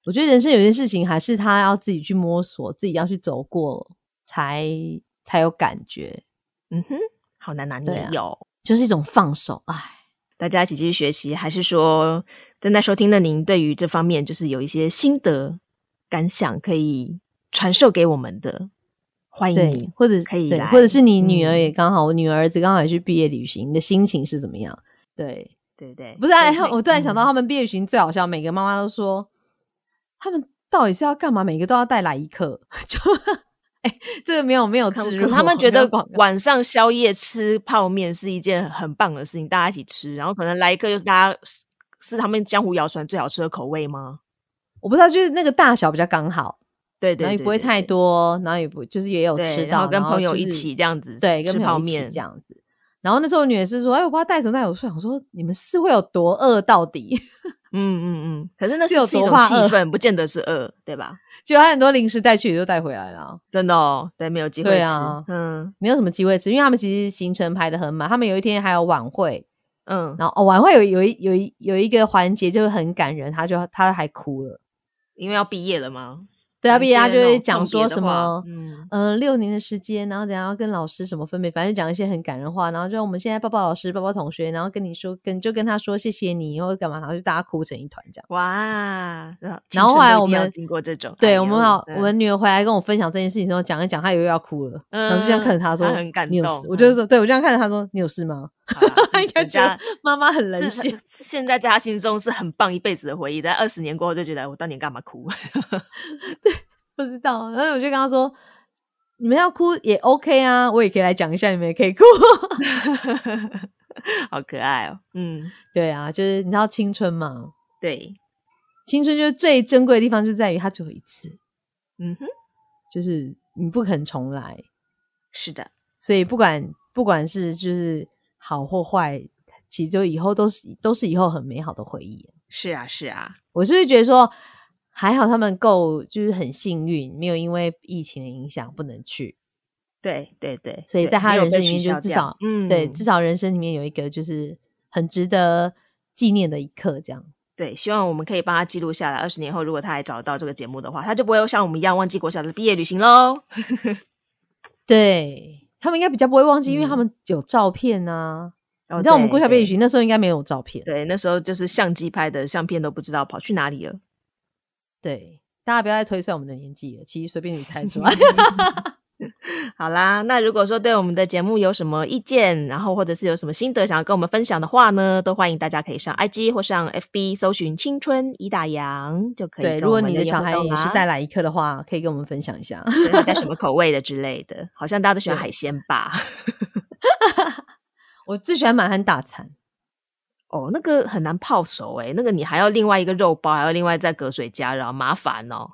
[SPEAKER 2] 我觉得人生有些事情还是他要自己去摸索，自己要去走过才才有感觉，
[SPEAKER 3] 嗯。嗯哼，好难拿
[SPEAKER 2] 对
[SPEAKER 3] 捏
[SPEAKER 2] 啊
[SPEAKER 3] 有。
[SPEAKER 2] 就是一种放手，哎。
[SPEAKER 3] 大家一起继续学习，还是说正在收听的您对于这方面就是有一些心得感想可以传授给我们的，欢迎
[SPEAKER 2] 对
[SPEAKER 3] 你，。
[SPEAKER 2] 或者
[SPEAKER 3] 可以
[SPEAKER 2] 对，
[SPEAKER 3] 来
[SPEAKER 2] 或者是你女儿
[SPEAKER 3] 嗯
[SPEAKER 2] 也刚好，我女儿儿子刚好也去毕业旅行，你的心情是怎么样？对，
[SPEAKER 3] 对不对？
[SPEAKER 2] 不是、啊，
[SPEAKER 3] 对
[SPEAKER 2] 我突然想到，
[SPEAKER 3] 嗯
[SPEAKER 2] 他们毕业旅行最好笑，每个妈妈都说，他们到底是要干嘛？每个都要带来一克， *laughs* 就哎、这个没有没有
[SPEAKER 3] 可
[SPEAKER 2] 植
[SPEAKER 3] 能
[SPEAKER 2] 入
[SPEAKER 3] 可
[SPEAKER 2] 哦，
[SPEAKER 3] 能他们觉
[SPEAKER 2] 没有
[SPEAKER 3] 得
[SPEAKER 2] 广告
[SPEAKER 3] 晚上宵夜吃泡面是一件很棒的事情，大家一起吃，然后可能来一个就是大家是是他们江湖谣传最好吃的口味吗？
[SPEAKER 2] 我不知道，就是那个大小比较刚好，
[SPEAKER 3] 对对
[SPEAKER 2] 然后也
[SPEAKER 3] 对
[SPEAKER 2] 不会
[SPEAKER 3] 对
[SPEAKER 2] 太
[SPEAKER 3] 对
[SPEAKER 2] 多，然后也不就是也有
[SPEAKER 3] 对
[SPEAKER 2] 吃
[SPEAKER 3] 然
[SPEAKER 2] 到，
[SPEAKER 3] 后跟
[SPEAKER 2] 然后
[SPEAKER 3] 朋友
[SPEAKER 2] 就
[SPEAKER 3] 一
[SPEAKER 2] 是
[SPEAKER 3] 起这样子
[SPEAKER 2] 对，
[SPEAKER 3] 吃
[SPEAKER 2] 跟朋友
[SPEAKER 3] 泡
[SPEAKER 2] 一起
[SPEAKER 3] 面
[SPEAKER 2] 这样子。然后那时候我女儿是说：“哎，我爸带什么带我睡？”我说：“你们是会有多饿到底？ *laughs*
[SPEAKER 3] 嗯嗯嗯，可是那
[SPEAKER 2] 是
[SPEAKER 3] 是
[SPEAKER 2] 有
[SPEAKER 3] 是一
[SPEAKER 2] 多
[SPEAKER 3] 种
[SPEAKER 2] 怕
[SPEAKER 3] 气
[SPEAKER 2] 饿
[SPEAKER 3] 氛，不见得是饿，对吧？
[SPEAKER 2] 结果她很多零食带去也都带回来了啊、
[SPEAKER 3] 真的哦，对，没有机会
[SPEAKER 2] 对
[SPEAKER 3] 吃，
[SPEAKER 2] 啊
[SPEAKER 3] 嗯
[SPEAKER 2] 没有什么机会吃，因为他们其实行程排的很满。他们有一天还有晚会，
[SPEAKER 3] 嗯，
[SPEAKER 2] 然后、哦、晚会有有一有一有一个环节就是很感人，他就他还哭了。
[SPEAKER 3] 因为要毕业了嘛，
[SPEAKER 2] 对啊，
[SPEAKER 3] 有一
[SPEAKER 2] 毕竟他
[SPEAKER 3] 些
[SPEAKER 2] 就
[SPEAKER 3] 嗯那
[SPEAKER 2] 会
[SPEAKER 3] 种
[SPEAKER 2] 讲
[SPEAKER 3] 送
[SPEAKER 2] 说
[SPEAKER 3] 别的
[SPEAKER 2] 什
[SPEAKER 3] 话
[SPEAKER 2] 么，
[SPEAKER 3] 嗯
[SPEAKER 2] 呃，六年的时间，然后等一下要跟老师什么分别，反正讲一些很感人话，然后就我们现在抱抱老师，抱抱同学，然后跟你说，跟就跟他说谢谢你，以后干嘛，然后就大家哭成一团这样。
[SPEAKER 3] 哇，
[SPEAKER 2] 然后后来我们
[SPEAKER 3] 经过这种，哎
[SPEAKER 2] 对
[SPEAKER 3] 呦
[SPEAKER 2] 我们好，我
[SPEAKER 3] 嗯
[SPEAKER 2] 们女儿回来跟我分享这件事情之后，讲一讲，她又要哭了，然后就这样看着她
[SPEAKER 3] 嗯
[SPEAKER 2] 说，
[SPEAKER 3] 她很感
[SPEAKER 2] 你有
[SPEAKER 3] 动
[SPEAKER 2] 事？我就
[SPEAKER 3] 嗯
[SPEAKER 2] 说，对我这样看着她说，你有事吗？
[SPEAKER 3] 好啦
[SPEAKER 2] *laughs*
[SPEAKER 3] 这
[SPEAKER 2] 应该
[SPEAKER 3] 人
[SPEAKER 2] 觉得
[SPEAKER 3] 家
[SPEAKER 2] 妈妈很冷
[SPEAKER 3] 这
[SPEAKER 2] 血，
[SPEAKER 3] 是现在在他心中是很棒一辈子的回忆，但二十年过后就觉得我当年干嘛哭？ *laughs*
[SPEAKER 2] 不知道。然后我就跟她说，你们要哭也 OK 啊，我也可以来讲一下，你们也可以哭。 *laughs*
[SPEAKER 3] 好可爱哦，嗯，
[SPEAKER 2] 对啊，就是你知道青春嘛，
[SPEAKER 3] 对，
[SPEAKER 2] 青春就是最珍贵的地方，就在于它只有一次，
[SPEAKER 3] 嗯哼，
[SPEAKER 2] 就是你不肯重来。
[SPEAKER 3] 是的，
[SPEAKER 2] 所以不管不管是就是好或坏，其实就以后都是都是以后很美好的回忆。
[SPEAKER 3] 是啊，是啊，
[SPEAKER 2] 我是不是觉得说，还好他们够就是很幸运，没有因为疫情的影响不能去，
[SPEAKER 3] 对对对，
[SPEAKER 2] 所以
[SPEAKER 3] 对
[SPEAKER 2] 在他
[SPEAKER 3] 没有
[SPEAKER 2] 人
[SPEAKER 3] 被
[SPEAKER 2] 生里
[SPEAKER 3] 取
[SPEAKER 2] 面就
[SPEAKER 3] 消
[SPEAKER 2] 至
[SPEAKER 3] 掉
[SPEAKER 2] 少
[SPEAKER 3] 嗯，
[SPEAKER 2] 对至少人生里面有一个就是很值得纪念的一刻，这样。
[SPEAKER 3] 对，希望我们可以帮他记录下来。二十年后，如果他还找得到这个节目的话，他就不会像我们一样忘记国小的毕业旅行喽。
[SPEAKER 2] 对他们应该比较不会忘记，因为他
[SPEAKER 3] 嗯
[SPEAKER 2] 们有照片啊。
[SPEAKER 3] 哦
[SPEAKER 2] 你知道我们国小毕业旅
[SPEAKER 3] 对
[SPEAKER 2] 行那时候应该没有照片，
[SPEAKER 3] 对，那时候就是相机拍的相片都不知道跑去哪里了。
[SPEAKER 2] 对，大家不要再推算我们的年纪了，其实随便你猜出来。
[SPEAKER 3] 好啦，那如果说对我们的节目有什么意见，然后或者是有什么心得想要跟我们分享的话呢，都欢迎大家可以上 IG 或上 FB 搜寻“青春已打烊”就 *laughs* 可以
[SPEAKER 2] 对，
[SPEAKER 3] 跟
[SPEAKER 2] 如
[SPEAKER 3] 我
[SPEAKER 2] 果
[SPEAKER 3] 们
[SPEAKER 2] 你的
[SPEAKER 3] 留言
[SPEAKER 2] 小
[SPEAKER 3] 互
[SPEAKER 2] 孩
[SPEAKER 3] 动
[SPEAKER 2] 也
[SPEAKER 3] 啦
[SPEAKER 2] 是带来一克的话，可以跟我们分享一下。 *laughs*
[SPEAKER 3] 对他带什么口味的之类的，好像大家都喜欢
[SPEAKER 2] 对
[SPEAKER 3] 海鲜吧？
[SPEAKER 2] 我最喜欢满汉大餐，
[SPEAKER 3] 哦，那个很难泡熟诶、那个你还要另外一个肉包，还要另外再隔水加热，好麻烦哦。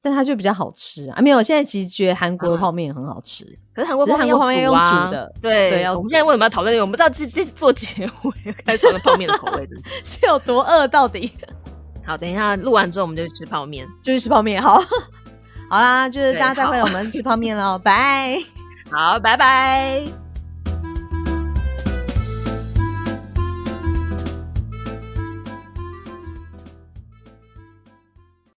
[SPEAKER 2] 但它就比较好吃啊。没有，现在其实觉得韩国的
[SPEAKER 3] 啊
[SPEAKER 2] 泡面也很好吃。 *laughs*
[SPEAKER 3] 可是韩国
[SPEAKER 2] 只是
[SPEAKER 3] 泡面
[SPEAKER 2] 韩国泡面
[SPEAKER 3] 要
[SPEAKER 2] 用
[SPEAKER 3] 啊
[SPEAKER 2] 煮的
[SPEAKER 3] 对
[SPEAKER 2] 对要
[SPEAKER 3] 我们
[SPEAKER 2] 煮
[SPEAKER 3] 现在为什么要讨论这个？我们不知道这这是做结尾， *laughs* 开始讨论泡面的口味，真是。
[SPEAKER 2] 是有多饿到底？ *laughs*
[SPEAKER 3] 好，等一下录完之后我们就去吃泡面。
[SPEAKER 2] 就去吃泡面，好。 *laughs* 好啦，就是
[SPEAKER 3] 对
[SPEAKER 2] 大家再会了，
[SPEAKER 3] 好
[SPEAKER 2] 我们去吃泡面喽，拜。
[SPEAKER 3] 好，拜拜。